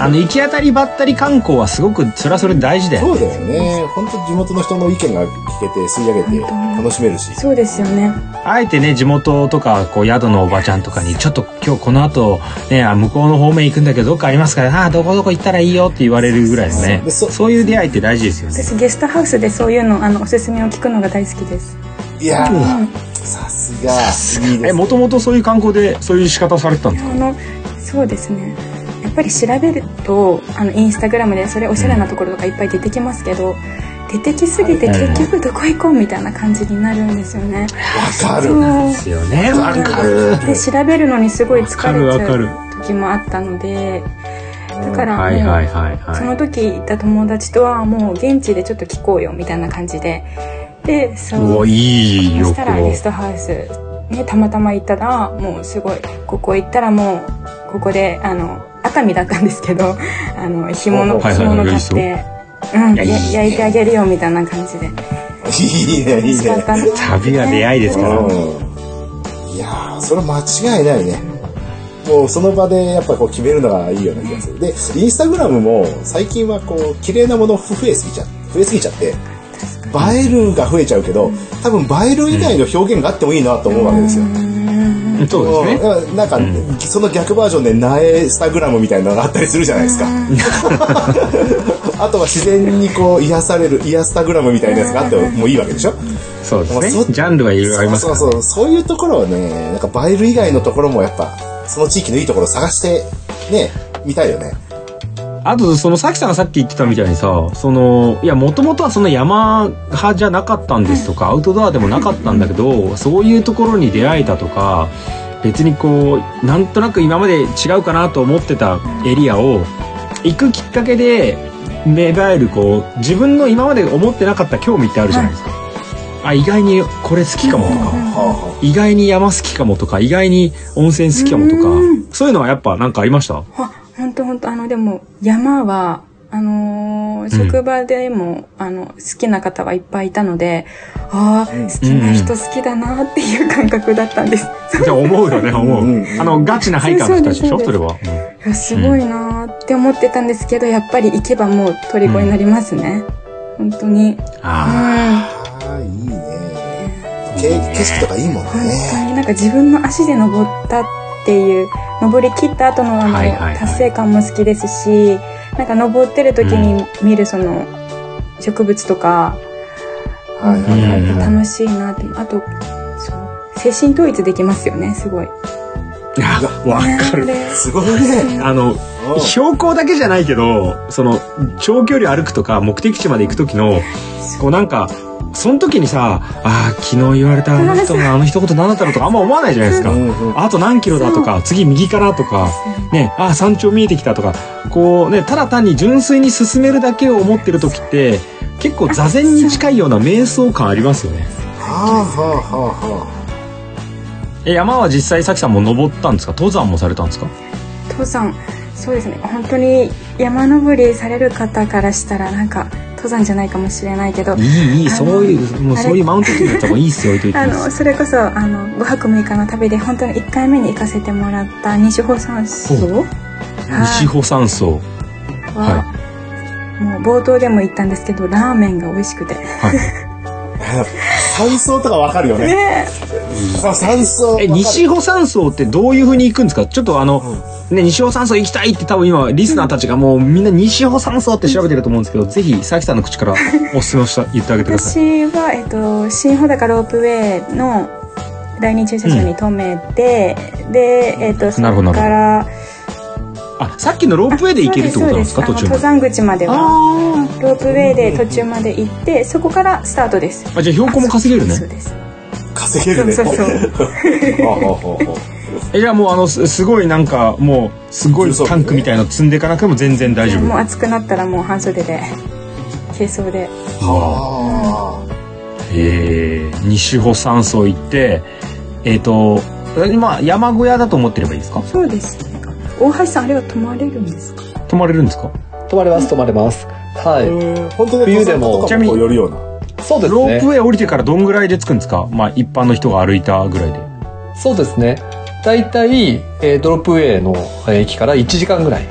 D: あの、行き当たりばったり観光はすごく、それはそれで大事だよ
C: そ
D: ね。
C: うだよね。本当地元の人の意見が聞けて吸い上げて楽しめるし。
A: そうですよね。
D: あえてね、地元とか、こう、宿のおばちゃんとかに、ちょっと今日この後、ね、あ向こうの方面行くんだけど、どっかありますから、ああ、どこどこ行ったらいいよって言われるぐらいのね。
C: そうそうそう
D: そういう出会いって大事ですよね。
A: 私ゲストハウスでそういうのあのおすすめを聞くのが大好きです。
C: いや
A: うん、
C: ー、
A: あ
C: さすが。いいで
D: え、
C: すね
D: もともとそういう観光で、そういう仕方されてたんですか
A: のそうですね。やっぱり調べるとあのインスタグラムでそれおしゃれなところとかいっぱい出てきますけど、出てきすぎて
D: うん
A: 結局どこ行こうみたいな感じになるんですよね。
C: わかる。
D: ですよね。
A: わか
D: る
A: で調べるのにすごい疲れ
D: わ
A: ちゃ
D: かるわ
A: う時もあったので、だから、
D: はいはいはい
A: そ
D: は
A: の時いた友達とはもう現地でちょっと聞こうよみたいな感じで。で、
D: い。
A: そう
D: わ、
A: う
D: いい
A: そ
D: よ、
A: したらゲストハウス、ね、たまたま行ったらもうすごいここ行ったらもうここであの熱海だったんですけど あの干
C: お
A: 物
C: う
D: はい
A: 干
D: はいはい
A: 物買って、うん、
D: いやいいね
A: や焼いてあげるよみたいな感じで
C: いいね、いいね。
A: たな
D: 旅は出会いですから
A: うん
C: うんいやー、それ間違いないね。もうその場でやっぱこう決めるのがいいような気がする。で、インスタグラムも最近はこう綺麗なもの増えすぎちゃって、増えすぎちゃって、映えるが増えちゃうけど、多分映える以外の表現があってもいいなと思うわけですよ。
D: こ。そうですね。
C: うんなんか、その逆バージョンで苗スタグラムみたいなのがあったりするじゃないです か。あとは自然にこう癒される癒スタグラムみたいなやつがあってもいいわけでしょ。
D: そうで
C: もう
D: す
C: そ
D: ね。ジャンルはいろいろありますからね
C: そうそうそうそういうところはねなんか映える以外のところもやっぱその地域のいいところを探してね見たいよね
D: あと、その、さきさんがさっき言ってたみたいにさ、その、いや、もともとはその山派じゃなかったんですとか、アウトドアでもなかったんだけど、そういうところに出会えたとか、別にこう、なんとなく今まで違うかなと思ってたエリアを、行くきっかけで芽生える、こう、自分の今まで思ってなかった興味ってあるじゃないですか。あ、意外にこれ好きかもとか。
C: は
D: 意外に山好きかもとか意外に温泉好きかもとか
A: うん
D: そういうのはやっぱなんかありました
A: あ、本当本当あの、でも、山は、あのー職場でも、あの、好きな方はいっぱいいたので、ああ、
C: うん
A: 好きな人好きだなっていう感覚だったんです。
D: じゃあ思うよね思う、
C: うんうん
D: あのガチなハイカーの人たちでしょそ
A: そう
D: れ
A: そ
D: は、
A: いやすごいなーって思ってたんですけど、やっぱり行けばもう虜になりますね。本当に。うん。
D: ああ
C: あ
A: 本
C: はあいいね景景色とかいいもん
A: 当
C: ね
A: になんか自分の足で登ったっていう、登り切った後のあの、
D: はいはいはい
A: 達成感も好きですし、なんか登ってる時に見るその、植物とか、
C: はいはいはい
D: うん
C: はい
A: 楽しいなってあとそう精神統一できますよねす ごい
D: わかる
A: ねあれ
C: すごいね
D: あの
C: うん
D: 標高だけじゃないけどその長距離歩くとか目的地まで行く時のこうなんかその時にさあー昨日言われたあの人のあの一言何だったのとかあんま思わないじゃないですか
C: うんうん
D: あと何キロだとか次右からとかね、あ山頂見えてきたとかこうねただ単に純粋に進めるだけを思ってる時って結構座禅に近いような瞑想感ありますよね
C: はあはあはあは
D: え山は実際さきさんも登ったんですか登山もされたんですか
A: 父さんそうですね本当に山登りされる方からしたらなんか登山じゃないかもしれないけど
D: いいいい
A: あの
D: そういうもう
A: あれ
D: そういうマウント取るやつもいいっすよ置いといてい
A: あ
D: いです
A: のそれこそあの5泊6日の旅で本当に1回目に行かせてもらった西穂山荘
D: ほ西穂山荘
A: は、もう冒頭でも言ったんですけどラーメンが美味しくて
C: あ山荘とかわかるよね
A: ね
C: そう山荘わか
D: え
C: る
D: 西穂山荘ってどういうふうに行くんですかちょっとあの、ね、西穂山荘行きたいって多分今リスナーたちがもうみんな西穂山荘って調べてると思うんですけど、ぜひさきさんの口からおすすめをした言ってあげてください
A: 私は、えっと、新穂高ロープウェイの第二駐車場に止めて、で、えっと、そ
D: なるほど
A: こから
D: あさっきのロープウェイで行けるってことなんですか
A: そう
D: 途中ま
A: あの登
D: で
A: 山口までは
D: あ
A: ロープウェイで途中まで行ってそこからスタートです
D: あじゃあ標高も稼げる
A: そう
D: ね
A: です
C: 稼げるね。
A: そうそう
C: ああああああ
D: えじゃあもうあのすすごいなんかもうすごいタンクみたいなの積んでいかなくても全然大丈夫
A: もう暑くなったらもう半袖で軽装で
C: は
D: えー、西穂山荘行ってえっ、と今山小屋だと思ってればいいですか
A: そうですね大橋さんあれは泊まれるんですか
D: 泊まれるんですか
B: 泊まれます、泊まれます。は
C: あ
B: い。
C: うん本当に
B: 冬でも
C: 登山家とかもこう寄るような。
B: そうです
D: ロープウ
B: ね。
D: ェイ降りてからどんぐらいで着くんですかまあ一般の人が歩いたぐらいで
B: そうですね。大体、えー、ドロップウェイのえー駅から1時間ぐらい。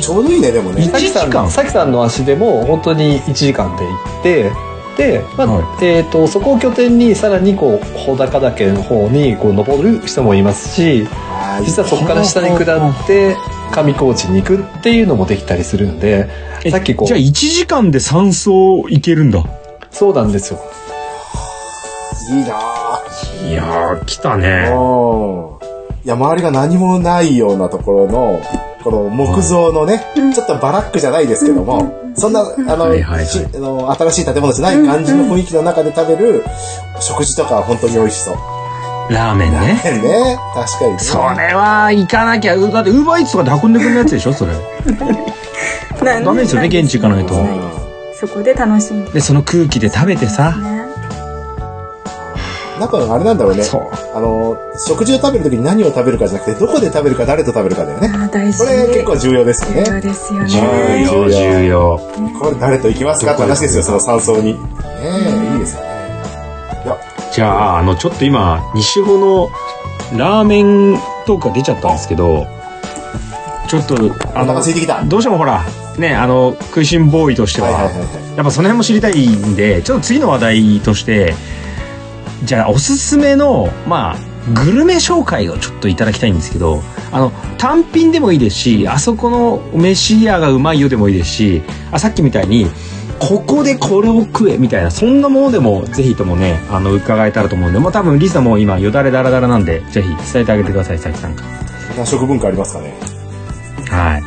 C: ちょうどいいね、でもね
D: 一。
B: さきさん
D: 時間
B: さきさんの足でも本当に1時間で行って、で、まあ
D: は
B: えー、とそこを拠点にさらにこう穂高岳の方にこう登る人もいますし
C: ああ
B: 実はそこから下に下って上高地に行くっていうのもできたりするんで
D: え
B: さっきこ
D: じゃあ
B: う
D: 1時間で山荘行けるんだ
B: そうなんですよ
C: いいなあ
D: いやー来た
C: う
D: ね
C: んいや、周りが何もないようなところの、この木造のね、
A: うん
C: ちょっとバラックじゃないですけども、そんな、あの、
D: はいはいはい
C: しあの新しい建物じゃない感じの雰囲気の中で食べる食事とかは本当に美味しそう。
D: ラーメンね
C: ね、確かにね。
D: それは行かなきゃうだってウーバーイーツとかで運んでくるやつでしょそれ
A: な
D: ダメですよね現地行かないと
A: そ
C: うん
A: うですそこで楽しんで
D: でその空気で食べてさ
A: ね
C: なんかあれなんだろうね。
D: そう
C: あの、食事を食べるときに何を食べるかじゃなくて、どこで食べるか誰と食べるかだよね。
A: あ大事
C: これ結構重要ですよ
A: 重要
C: ね。
A: ですよ
C: 重
A: ね
C: 要重
D: 要
C: これ誰と行きますかって話ですよ、その山荘に。ねえ、いいですよね。いや、
D: じゃああのちょっと今西穂のラーメントークが出ちゃったんですけどちょっと
C: お
D: あ
C: 腹
D: の
C: 空いてきた。
D: どうしてもほらねあの食いしん坊いとしては,、
C: はいはいはいはい
D: やっぱその辺も知りたいんでちょっと次の話題としてじゃあおすすめのまあグルメ紹介をちょっといただきたいんですけどあの単品でもいいですしあそこの飯屋がうまいよでもいいですしあさっきみたいにここでこれを食えみたいなそんなものでもぜひともねあの伺えたらと思うんでもう多分リサも今よだれだらだらなんでぜひ伝えてあげてくださいさきさんから。
C: 何食文化ありますかね。
D: はい。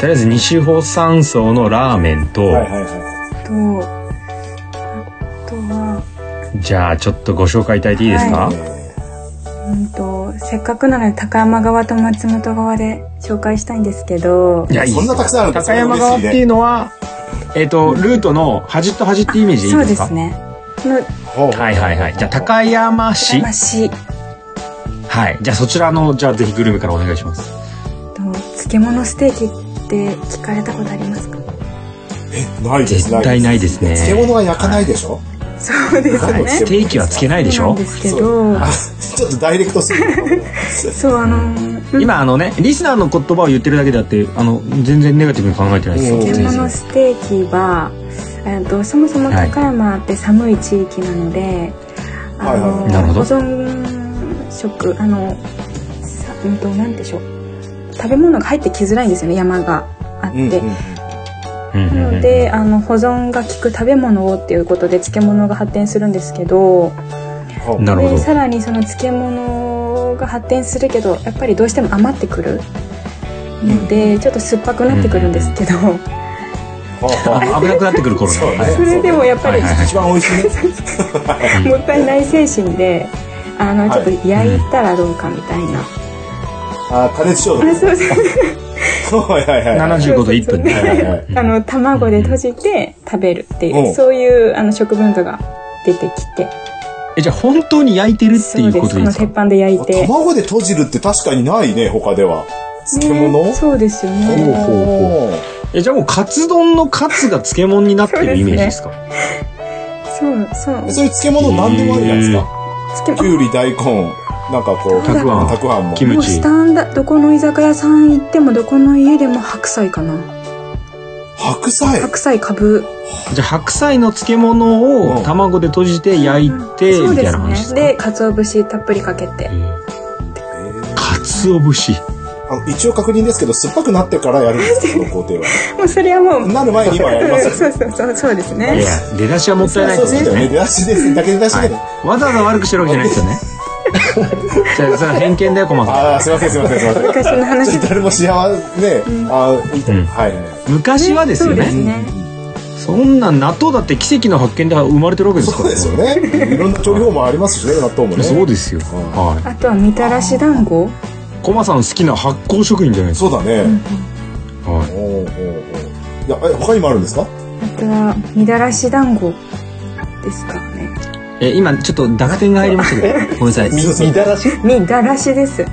D: とりあえず西穂山荘のラーメンと、
C: はいはいは。
A: とあとは
D: じゃあちょっとご紹介いただいていいですか、
A: はい
C: ね
A: うんとせっかくなので高山側と松本側で紹介したいんですけど
D: いやいいですよ
C: そんなたくさんあるんです
D: 高
C: ね
D: 山側っていうのは、えっ、と、ルートの端っと端ってイメージでいい
A: そう
D: で
A: です
D: か
A: すねこの
C: ほう
D: はいはいはい。じゃあ高山市。
A: 山市と
D: はい。じゃあそちらの、じゃあぜひグルメからお願いします。
A: 漬物ステーキって聞かれたことありますか
C: ないです
D: 絶対ないですね
C: 漬物は焼かないでしょ、
A: そうです
D: は
A: ね
D: い。ステーキはつけないでし
A: そうな
D: ょ
A: んですけど
D: は
C: ちょっとダイレクトすぎ る。
A: そうあのー
D: 今あのね、リスナーの言葉を言ってるだけであって、あの、全然ネガティブに考えてないですよ。
C: うん
A: 漬
D: 全
A: 物
D: 然
A: ステーキはえっとそもそも
D: はい
A: 高山って寒い地域なので、
C: はいはい
A: あの
D: なるほど
A: 保存食あのさうんとなんでしょう食べ物が入ってきづらいんですよね山があって。
C: うんうん
D: うんう
A: な
D: んうん
A: のであの保存が効く食べ物をっていうことで漬物が発展するんですけど
C: ほう
D: なるほ
A: で
D: ど。
A: さらにその漬物が発展するけどやっぱりどうしても余ってくるので、ちょっと酸っぱくなってくるんですけど、
C: ほうほう
D: あ危なくなってくる頃ね。
C: そうね
D: は い
A: それでもやっぱり、
D: はいはい
C: 一番美味しいね。
A: もったいない精神であの、
C: はい
A: ちょっと焼いたらどうかみたいな、
C: あ、加熱消毒。
A: あそうそう
C: はいはいはい。
D: 七十五度一分
C: はいはいはい。
A: あの卵で閉じて食べるっていう、
C: うん
A: そういうあの食文化が出てきて
D: えじゃあ本当に焼いてるって
A: そ
D: いうう
A: で
D: こ
A: す
D: と
A: こ
D: で
A: の
D: す
A: 鉄
D: か
A: 板で焼いて、
C: 卵で閉じるって確かにないね、他では。漬物、
A: ねそうですよね
D: ほうほえじゃあもうカツ丼のカツが漬物になってるイメージですか
A: そうそう
C: そういう漬物何でもありなんですか、
A: つけ
C: きゅうり、大根、なんかこう、
D: たくあん
C: たくあんも。
D: キ
A: も
D: ム
A: う
D: チ
A: スタンダどこの居酒屋さん行ってもどこの家でも白菜かな
C: 白菜
A: 白菜かぶ
D: じゃあ白菜の漬物
C: う
D: を
C: ん
D: 卵で閉じて焼いて
A: そう
D: み
A: で
D: たい
A: す
D: な話です
A: ね
D: か
A: で鰹節たっぷりかけて
C: えー
D: かつお節
C: あの一応確認ですけど、酸っぱくなってからやるんですか、この工程は。
A: もうそれはもう
C: なる前に今やりま
A: うん
C: す
A: そ
C: よ
A: うそうそうそうです
D: いやい
A: ね
D: や出だしはもったいない
C: そ
D: で
C: うそう
D: す
C: だ
D: よ
C: よね。
D: ね
C: 出だしです。だけ出だしでね。
D: わざわざ悪くしてるわけじゃないです よねじゃあそれは偏見だよコマさ
C: ああ、すいません、すいません、すいません。
A: 昔の話
C: 誰も幸せね、ああ、いいと、
D: うん
C: はいはいはい。
D: ん昔はですよ
A: そう
D: ね
A: ね
C: うん
D: そんなん納豆だって奇跡の発見で生まれてるわけですか
C: そう
D: ら
C: ですよね。いろんな調理法もありますしね、納豆もね。
D: そうですよ、
C: は
D: は
A: あとはみたらし団子
D: いコマさん好きな発酵食品じゃないです
C: そうだね。
D: か、は
C: お
D: い、
C: ーおーおーいや、え、他にもあるんですか
A: あとはみたらし団子ですかね
E: えー今ちょっと濁点が入りましたけどごめんな さい
C: そうそう
B: みたらし
A: みだらしです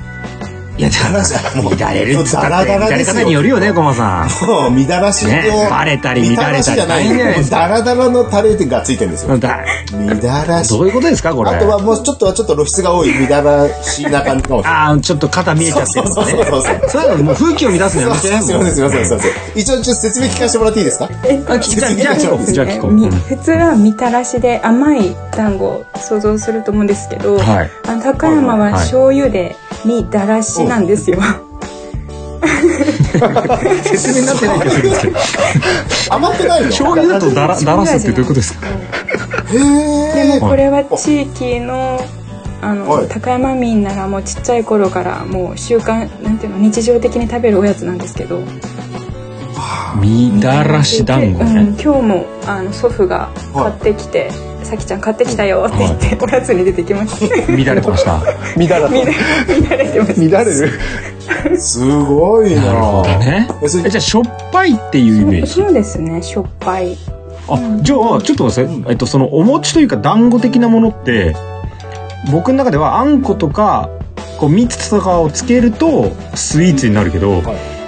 E: いやだ
C: だらしもう
E: 乱れるっつった
C: もう
E: っ
C: ダ
E: て
C: ラダ
E: 乱
C: ラ
E: れ
C: ですよ
E: 方によるよねコマさん
C: もうみだらし
E: ね
C: の
E: バレたり
C: みだらしじゃない。
E: 乱れたり大変じゃない
C: も
E: で
C: う
E: すか
C: ダラダラのタレがついてるんですよ。
E: だ
C: みだらし
E: ど。ういうことですかこれ
C: あとはもうちょっと、ちょっと露出が多いみだらしな感じかもしれない。
E: ああちょっと肩見えちゃって
C: そう
E: ると
C: そう
E: かね
C: そうそう。
E: そういうのもう風紀を乱すのやめて
C: すいません、すいません、すいません。一応、ちょっと説明聞かせてもらっていいですか
A: えっと
E: あきじゃあじゃあ聞こう
A: です
D: じゃあ聞
A: ね
D: こう
A: み
D: うん
A: 普通はみたらしで甘い団子を想像すると思うんですけど、
D: はい
A: あの高山
D: はい
A: は醤油でみだらしなんですよ、
E: 説明になってない気がするん ですけど
C: 甘 くないの
D: 醤油だとだらだらすってどういうことですか
C: へ
A: で
C: ー
A: もこれは地域のあの、
C: はい
A: 高山民ならもうちっちゃい頃からもう習慣なんていうの日常的に食べるおやつなんですけど
D: みだらし団子
A: うん
D: ね、
A: 今日もあの祖父が買ってきて、さきちゃん買ってきたよって言って、おやつに出てきました
D: 乱れてました
B: みだら
A: みんな乱れてます
B: 乱れる
C: すごい
D: なるほ
C: な
D: どね
C: えそれ
D: えじゃあしょっぱいっていうイメージ
A: そうですねしょっぱい
D: あじゃあちょっと待ってくださいえっとそのお餅というか団子的なものって僕の中ではあんことかこう蜜とかをつけるとスイーツになるけど、
C: はい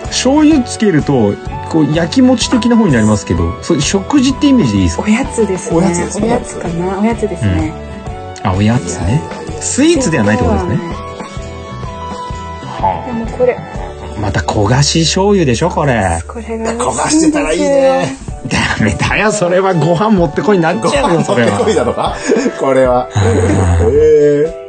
D: 醤油つけるとこう焼き餅的な方になりますけどそれ食事ってイメージでいいですか
A: おやつですね
C: おやつですね
A: おやつかなおやつですね、
D: あおやつね
E: スイーツではないってことですね
A: でもこれ
E: また焦がし醤油でしょこれ
A: これが
C: 焦がしてたらいいね
E: ダメだよそれはご飯持ってこいになっ
C: ご
E: ちゃうよ
C: 飯
E: そ
C: 取
E: れ
C: っ てこい
E: は
C: だとかこれはへ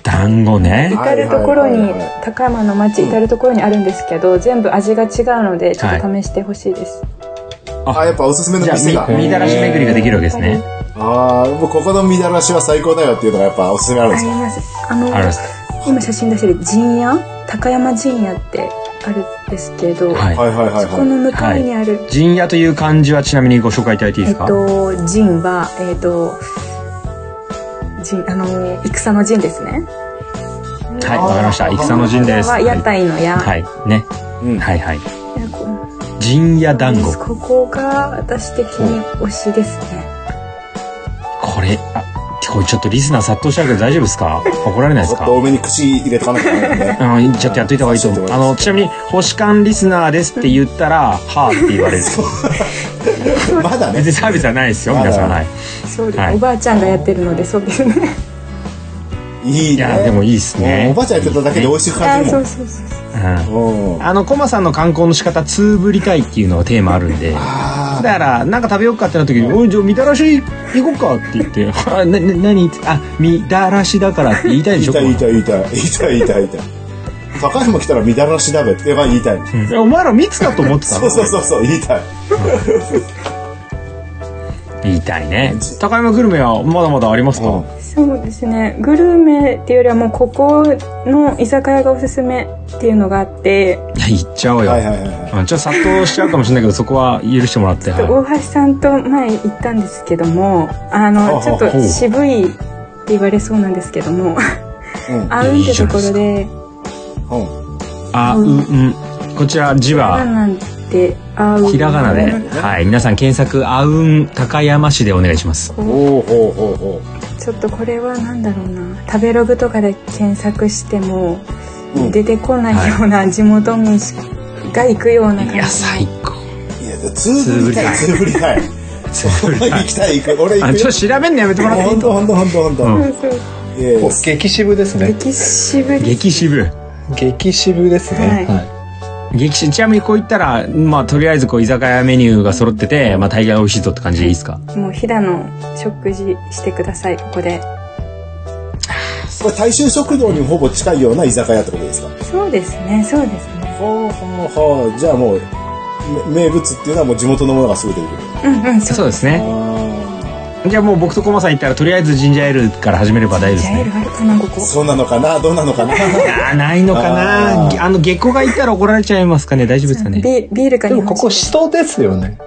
D: 団子ね
A: 至る所
C: はい
A: に
C: はいはいは
A: 高山の町至る所にあるんですけど、全部味が違うのでちょっと試してほしいです、
C: ーあやっぱおすすめの
E: じゃ
C: 店が
E: あみみだらし巡りができるわけですね
C: ああもうここのみだらしは最高だよっていうのがやっぱおすすめあるんで
A: あ
C: す
A: り
C: か
A: ますあの
D: あります
A: 今写真出してる陣屋高山陣屋ってあるんですけど、
D: はい
C: はいはいはい
A: そこ
C: はい
A: の向かいにある、
D: 陣屋という漢字はちなみにご紹介いただいていい
A: え
D: で
A: っ
D: すか、
A: と陣はえっと陣あの戦の陣ですね
D: はいわかりました戦の陣です
A: は
D: はい
A: 屋台の屋、
D: はいね、
C: うん
D: はいはい
A: いやこう
D: 陣屋団子
A: ここが私的に推しですね。
D: これあこれちょっとリスナー殺到しちゃうけど大丈夫ですか怒られないで
C: ち
D: す
C: ょっ
D: か
C: と多めに口入れとかなきゃいけない ね
D: うん、ちょっとやっといた方がいいと思う。あの、ちなみに、星間リスナーですって言ったら、はーって言われる。
C: まだ
D: 別
C: ね
D: にサービスはないですよ、
C: まだ
D: 皆さん。はい。
A: そうです、
D: はい
A: おばあちゃんがやってるのでそうです ね。
C: いい
D: いや、でも
C: ね
D: いいです
C: うん
D: ね
C: お。ばあちゃんやってただけで美味しく感じる
A: そ
C: もん
A: うそうそうそう。
D: うん。
C: うんあ
D: あの、コマさんの観光の仕方、つぶりたいっていうのがテーマあるんで。
C: あ
D: だから、なんか食べようかってなった時に、おい、じゃあ、みたらし行こうかって言って、 あ、な、な、何あ、みだらしだからって言いたいで
C: 言
D: し
C: い
D: ょ、
C: たい言いたい言いたい言いたい言いたい言いたい高山来たらみだらし鍋って言いたい
D: コマさんお前ら蜜かと思って た
C: そ
D: の
C: うそうそうそう言いたい
D: 言いたいね。高山グルメはまだまだありますか、
C: うん
A: そうですね。グルメっていうよりはもうここの居酒屋がおすすめっていうのがあって、
D: いや、行っちゃおうよ。
C: はいはいはいはい
D: うんちょっと殺到しちゃうかもしれないけど、そこは許してもらって。はい
A: 大橋さんと前行ったんですけども、あの
C: あ
A: ちょっと
D: ほう
A: 渋いって言われそうなんですけども、
C: うん
A: あうんってところで、
C: うん
D: あ、う、
A: うんん
D: うん。こちら字
A: あ
D: は、
A: なんてあう。
D: ひらがなで。はい。皆さん検索、あうん高山市でお願いします。
C: ほうほうほうほ
A: ちょっとこれは何だろうな食べログとかで検索しても
C: うん
A: 出てこないような地元民しが行くような感
D: い
A: じ
D: や、最 高。
C: う。いや、ツーブリたい、ツーブリたい。 行きたい、行く。俺
D: あ、
C: 行く
D: ちょ
C: よ
D: っと。調べんのやめてもらってい
C: ほ
D: い
C: んとほんとほんとほん
D: う
C: と。
A: そうそう
C: いやいや
B: もう激渋ですね
A: 激渋です
D: 激渋。
B: 激渋ですね
A: はい
B: は
D: 激渋。ちなみにこう言ったら、まあ、とりあえずこう、居酒屋メニューが揃ってて、まあ、大概美味しいぞって感じでいいですか
A: もう飛騨の食事してくださいここで
C: これ大衆食堂にほぼ近いような居酒屋ってことですか
A: そうですねそうですね
C: ほうほうほう。じゃあもう、め名物っていうのはもう地元のものがすぐ出てくる。
A: うんうんそう
D: そうですね。
C: あ
D: じゃあもう僕とコマさん行ったら、とりあえずジンジャーエールから始めれば大丈
A: ジャ
D: 夫
A: エ
D: で
A: ー
D: すね。
A: ルあるかなここ
C: ーそうなのかなどうなの かな
D: あー、ないのか
C: あ
D: な
C: ー
D: あの、下戸が行ったら怒られちゃいますかね大丈夫ですかね
A: ビビールか
B: いで
A: 日
B: も
A: 本
B: ここ
A: 酒
B: 人ですよね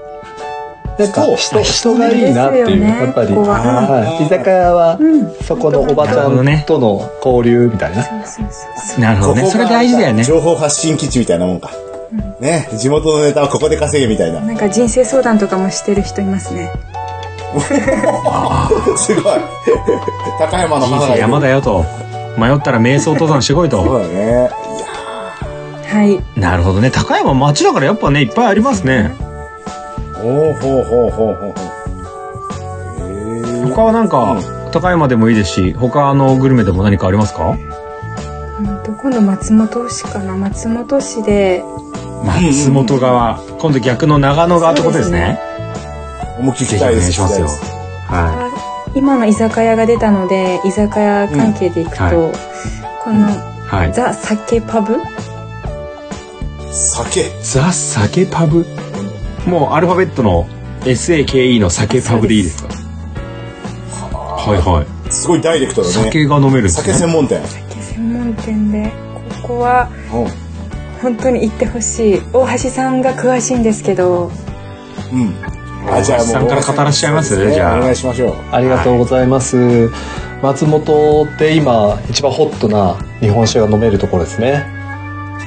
B: なんか
C: そう
B: 人人がいいなって
A: そうです
B: いう、
A: よね
B: やっぱり、
A: ここは
B: はい、居酒屋は
A: うん
B: そこのおばちゃんとの交流みたいな、
A: そうそうそうそう
D: なるほどね。
C: ここが
D: それ大事だよね。
C: 情報発信基地みたいなもんか。ね、地元のネタはここで稼げみたいな。
A: なんか人生相談とかもしてる人いますね。
C: すごい。高山の
D: 人
C: 母がい
D: 生
C: る
D: 山だよと。迷ったら瞑想登山してこい
C: そ
D: と。
C: うだね。
A: はい。
D: なるほどね。高山町だからやっぱね、いっぱいありますね。
C: おおほうほうほうほうほう。へえ
D: 他はなんか、高山でもいいですし、他のグルメでも何かありますか
A: うんと今度松本市かな松本市で
D: 松本側。今度逆の長野側ってことですね。
C: もう聞きたいです。
D: ぜひお願いしますよ
C: 聞きた
D: は
A: 今の居酒屋が出たので居酒屋関係で行くと、
D: う
A: この、
D: い。はい。
A: ザ・酒パブ
C: です酒。
D: ザ・酒パブもうアルファベットの SAKE の酒パブでいいですかはいはい。
C: すごいダイレクトだね。
D: 酒が飲めるんです
C: 酒
D: ね。
C: 専門店。
A: 酒専門店でここは
C: うん。
A: 本当に行ってほしい大橋さんが詳しいんですけど
C: うん。あ、じゃあもう。
D: さんから語らしちゃいます
C: そうですね
D: じゃあ
C: お願いしましょう。
B: ありがとうございます、松本って今一番ホットな日本酒が飲めるところですね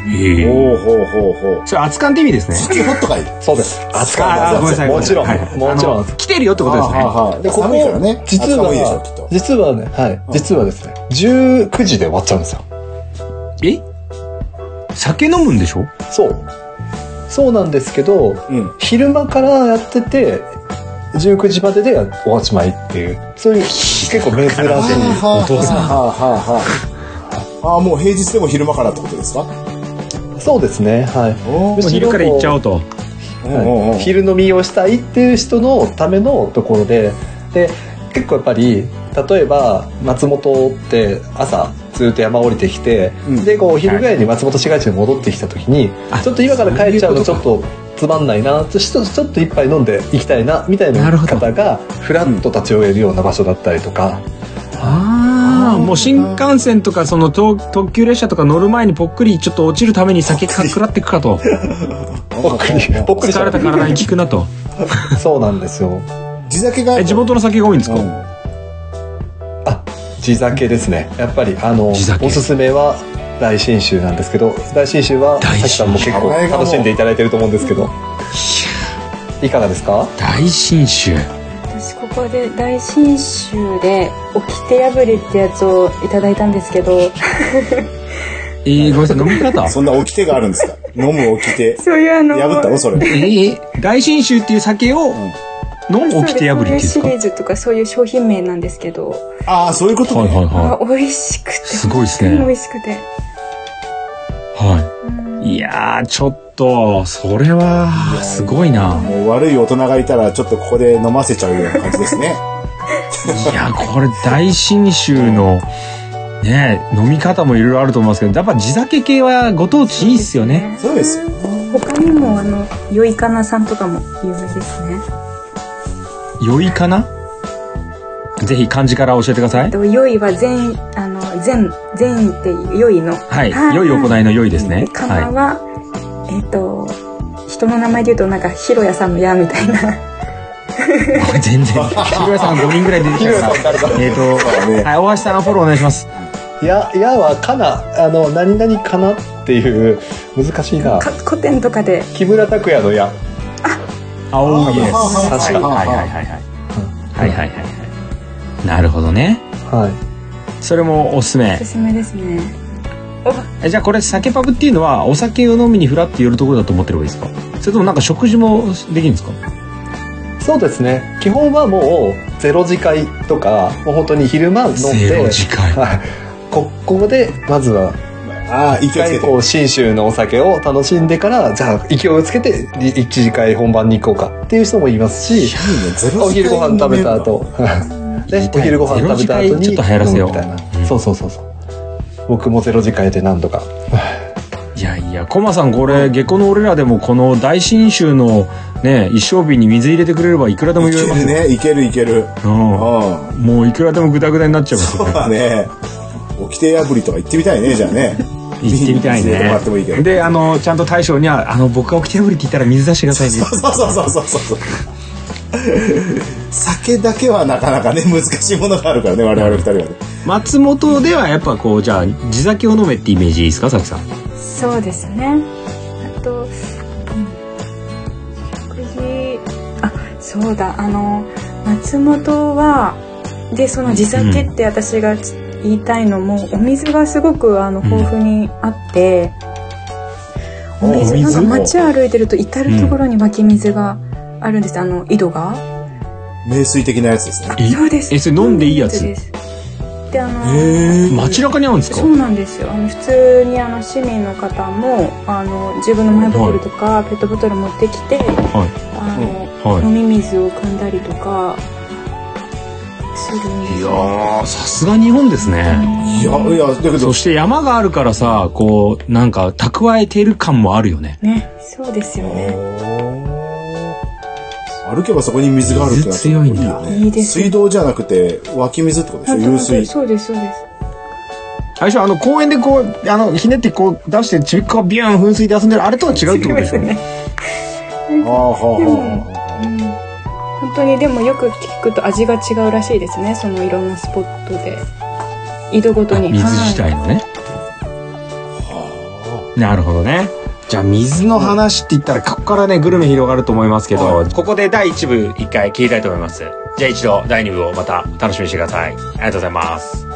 D: へえ
C: おおほうほうほう。
D: それ熱燗って意味ですね。
C: 時期ホットかいい。
B: そうです熱
D: あー
B: 燗
D: ごめんなさい。
B: もちろん、
D: はいはい
B: もちろ
D: あ
B: ん
D: の来てるよってことですね。
C: はいはい。で、
B: でここ
C: 寒いからね。
B: 実は
C: 暑いでしょ、きっと。
B: 実はねはい、実はですね19時で終わっちゃうんですよ
D: え酒飲むんでしょ
B: そうそうなんですけど
C: うん。
B: 昼間からやってて19時まででおしまいっていうそういう結構珍しい
C: お父さん。はあはあはあ。あーもう平日でも昼間からってことですか
B: そうですねはい
C: お
D: もう昼から行っちゃおうと。
B: はい昼飲みをしたいっていう人のためのところでで結構やっぱり例えば松本って朝ずっと山降りてきて、
C: うん
B: でこうお昼ぐらいに松本市街地に戻ってきた時に、
D: あ
B: ちょっと今から帰っちゃうのち
D: そう
B: ょ
D: い
B: っ
D: うこ
B: つ
D: と
B: まんないなちょちょちょっと一杯飲んでいきたいなみたい
D: な
B: な
D: るほど
B: 方がフラッと立ち寄れるような場所だったりとか、
D: ああ、もう新幹線とかその東特急列車とか乗る前にぽっくりちょっと落ちるために酒かくらっていくかと。
B: ぽっくりぽっくりしちゃ
D: 疲
B: う
D: れた体に効くなと。
B: そうなんですよ
C: 地酒が。
D: え、地元の酒が多いんですか、
C: うん
B: あ地酒ですねやっぱりあのお
D: 地酒
B: すすめは大信州なんですけど大信州は
D: 大
B: さ
D: 信州
B: きさんも結構楽しんでいただいてると思うんですけどいかがですか
D: 大信州。
A: 私ここで大信州で「起きて破れ」ってやつをいただいたんですけど
D: えー、ごめんなさい、飲み 方。
C: そんな掟があるんですか飲む掟。
A: そういうあの
C: 破ったのそれ。
D: ええ大信州っていう酒を、の
A: そう
D: 起きて破りっていうんで
A: ですす
D: か
A: こういう
D: は
A: シリーズとかそういう商品名なんですけど、
C: ああ、そういうこと
D: いはい
C: ね。
D: は
A: あ美味しくて
D: すごいですね
A: 本当に美味しくて
D: い。はい。いやー、ちょっと、それは、すごいな。
C: もう悪い大人がいたら、ちょっとここで飲ませちゃうような感じですね。
D: いや、これ大信州の、ね、飲み方もいろいろあると思いますけど、やっぱ地酒系はご当地いいっすよね。
C: そうですよ。
A: 他にもあのよいかなさんとかも有名ですね
D: 良いかなぜひ漢字から教えてくださ
A: えっ
D: い。
A: と良いは善あの善善っていう良いの
D: はい。
A: はい
D: 良い行いの良いですね
A: で。かま
D: は
A: は、えっと人の名前で言うとなんかひろやさんのやみたいな
D: い。ごめん全然。ひろやさん5人ぐらい出てきたから。えっ、と、
C: ね
D: はい、大橋さんのフォローお願いします。
B: いやいやはかなあの何々かなっていう難しいな
A: か古典とかで
B: 木村拓哉の矢
D: 青いです。
C: は
D: は
C: い
D: いはいはいはい。はいはいはいはい。なるほどね。
B: はい
D: それもおすすめ
A: おす。すめですね
D: えじゃあこれ酒パブっていうのはお酒を飲みにフラッと寄るところだと思ってればいいですかそれともなんか食事もできるんですか
B: そうですね基本はもうゼロ次会とかもう本当に昼間飲んで
D: 間
B: はいこここでまずは
C: ああ、勢いつ
B: 一回
C: けて。
B: こう信州のお酒を楽しんでからじゃあ勢いをつけてい一次会本番に行こうかっていう人もいますしお昼ご飯食べた後
D: 言
B: ね
D: いたい
B: お昼ご飯食べた後
D: ゼロ次会
B: に
D: ちょっと流行らせよう
B: みたいな
D: うん
B: そうそうそうそう僕もゼロ次会で何度か
D: いやいやコマさんこれ下戸の俺らでもこの大信州のね一生瓶に水入れてくれればいくらでも
C: い
D: 言え
C: け
D: ます
C: る
D: よ、
C: ね、いけるいける。うん。
D: う
C: そ
D: ん、もういくらでもグダグダになっちゃいますよ
C: う
D: ね
C: だね。起きて破りとか行ってみたいね、じゃあね。
D: 行ってみたい
C: 見せてもらってもいいけど
D: ねであのちゃんと大将には「あの僕が起きてぶり」って言ったら水出してくださいね
C: そうそうそうそうそう。酒だけはなかなかね、難しいものがあるからね、我々二人はね。
D: 松本ではやっぱこうじゃあ地酒を飲めってイメージいいですかさきさん
A: そうですね。あと、うん、食事、あ、そうだ、あの、松本は、で、その地酒って私がつ言いたいのも、お水がすごくあの豊富にあって、お水、
D: お
A: なん
D: 水
A: か街歩いてると至る所に湧き水があるんです、あの、井戸が。
C: 名水的なやつですね。
D: え
A: そうです。
D: えそれ飲んでいいやつ
A: ですで、あの、
C: へー
D: 街中にあるんですか
A: そうなんですよあの普通にあの市民の方もあの自分のマイボトルとか、ペットボトル持ってきて、あの
D: はい
A: 飲み水を汲んだりとかするんです
D: いや
A: よ
D: ーさすが日本ですね
C: いや、いや、だけど
D: そ、して山があるからさこうなんか蓄えてる感もあるよね
A: ねそうですよね
C: 歩けばそこに水があるってのは
D: 水強いんだ
C: よね
A: いいですね
C: 水道じゃなくて湧き水ってことでしょ
A: 本当
C: 湧
A: 本当に
C: 水。
A: そうですそうです
D: 最初あの公園でこうあのひねってこう出してちびっこがビューン噴水で遊んでるあれとは違うってことでしょ
A: ね、
C: ああ、はあ、は
A: うん、本当にでもよく聞くと味が違うらしいですねそのいろんなスポットで井戸ごとに
D: 水自
A: はい
D: 体のねなるほどねじゃあ水の話って言ったらここからねグルメ広がると思いますけどここで第1部1回切りたいと思いますじゃあ一度第2部をまた楽しみにしてくださいありがとうございます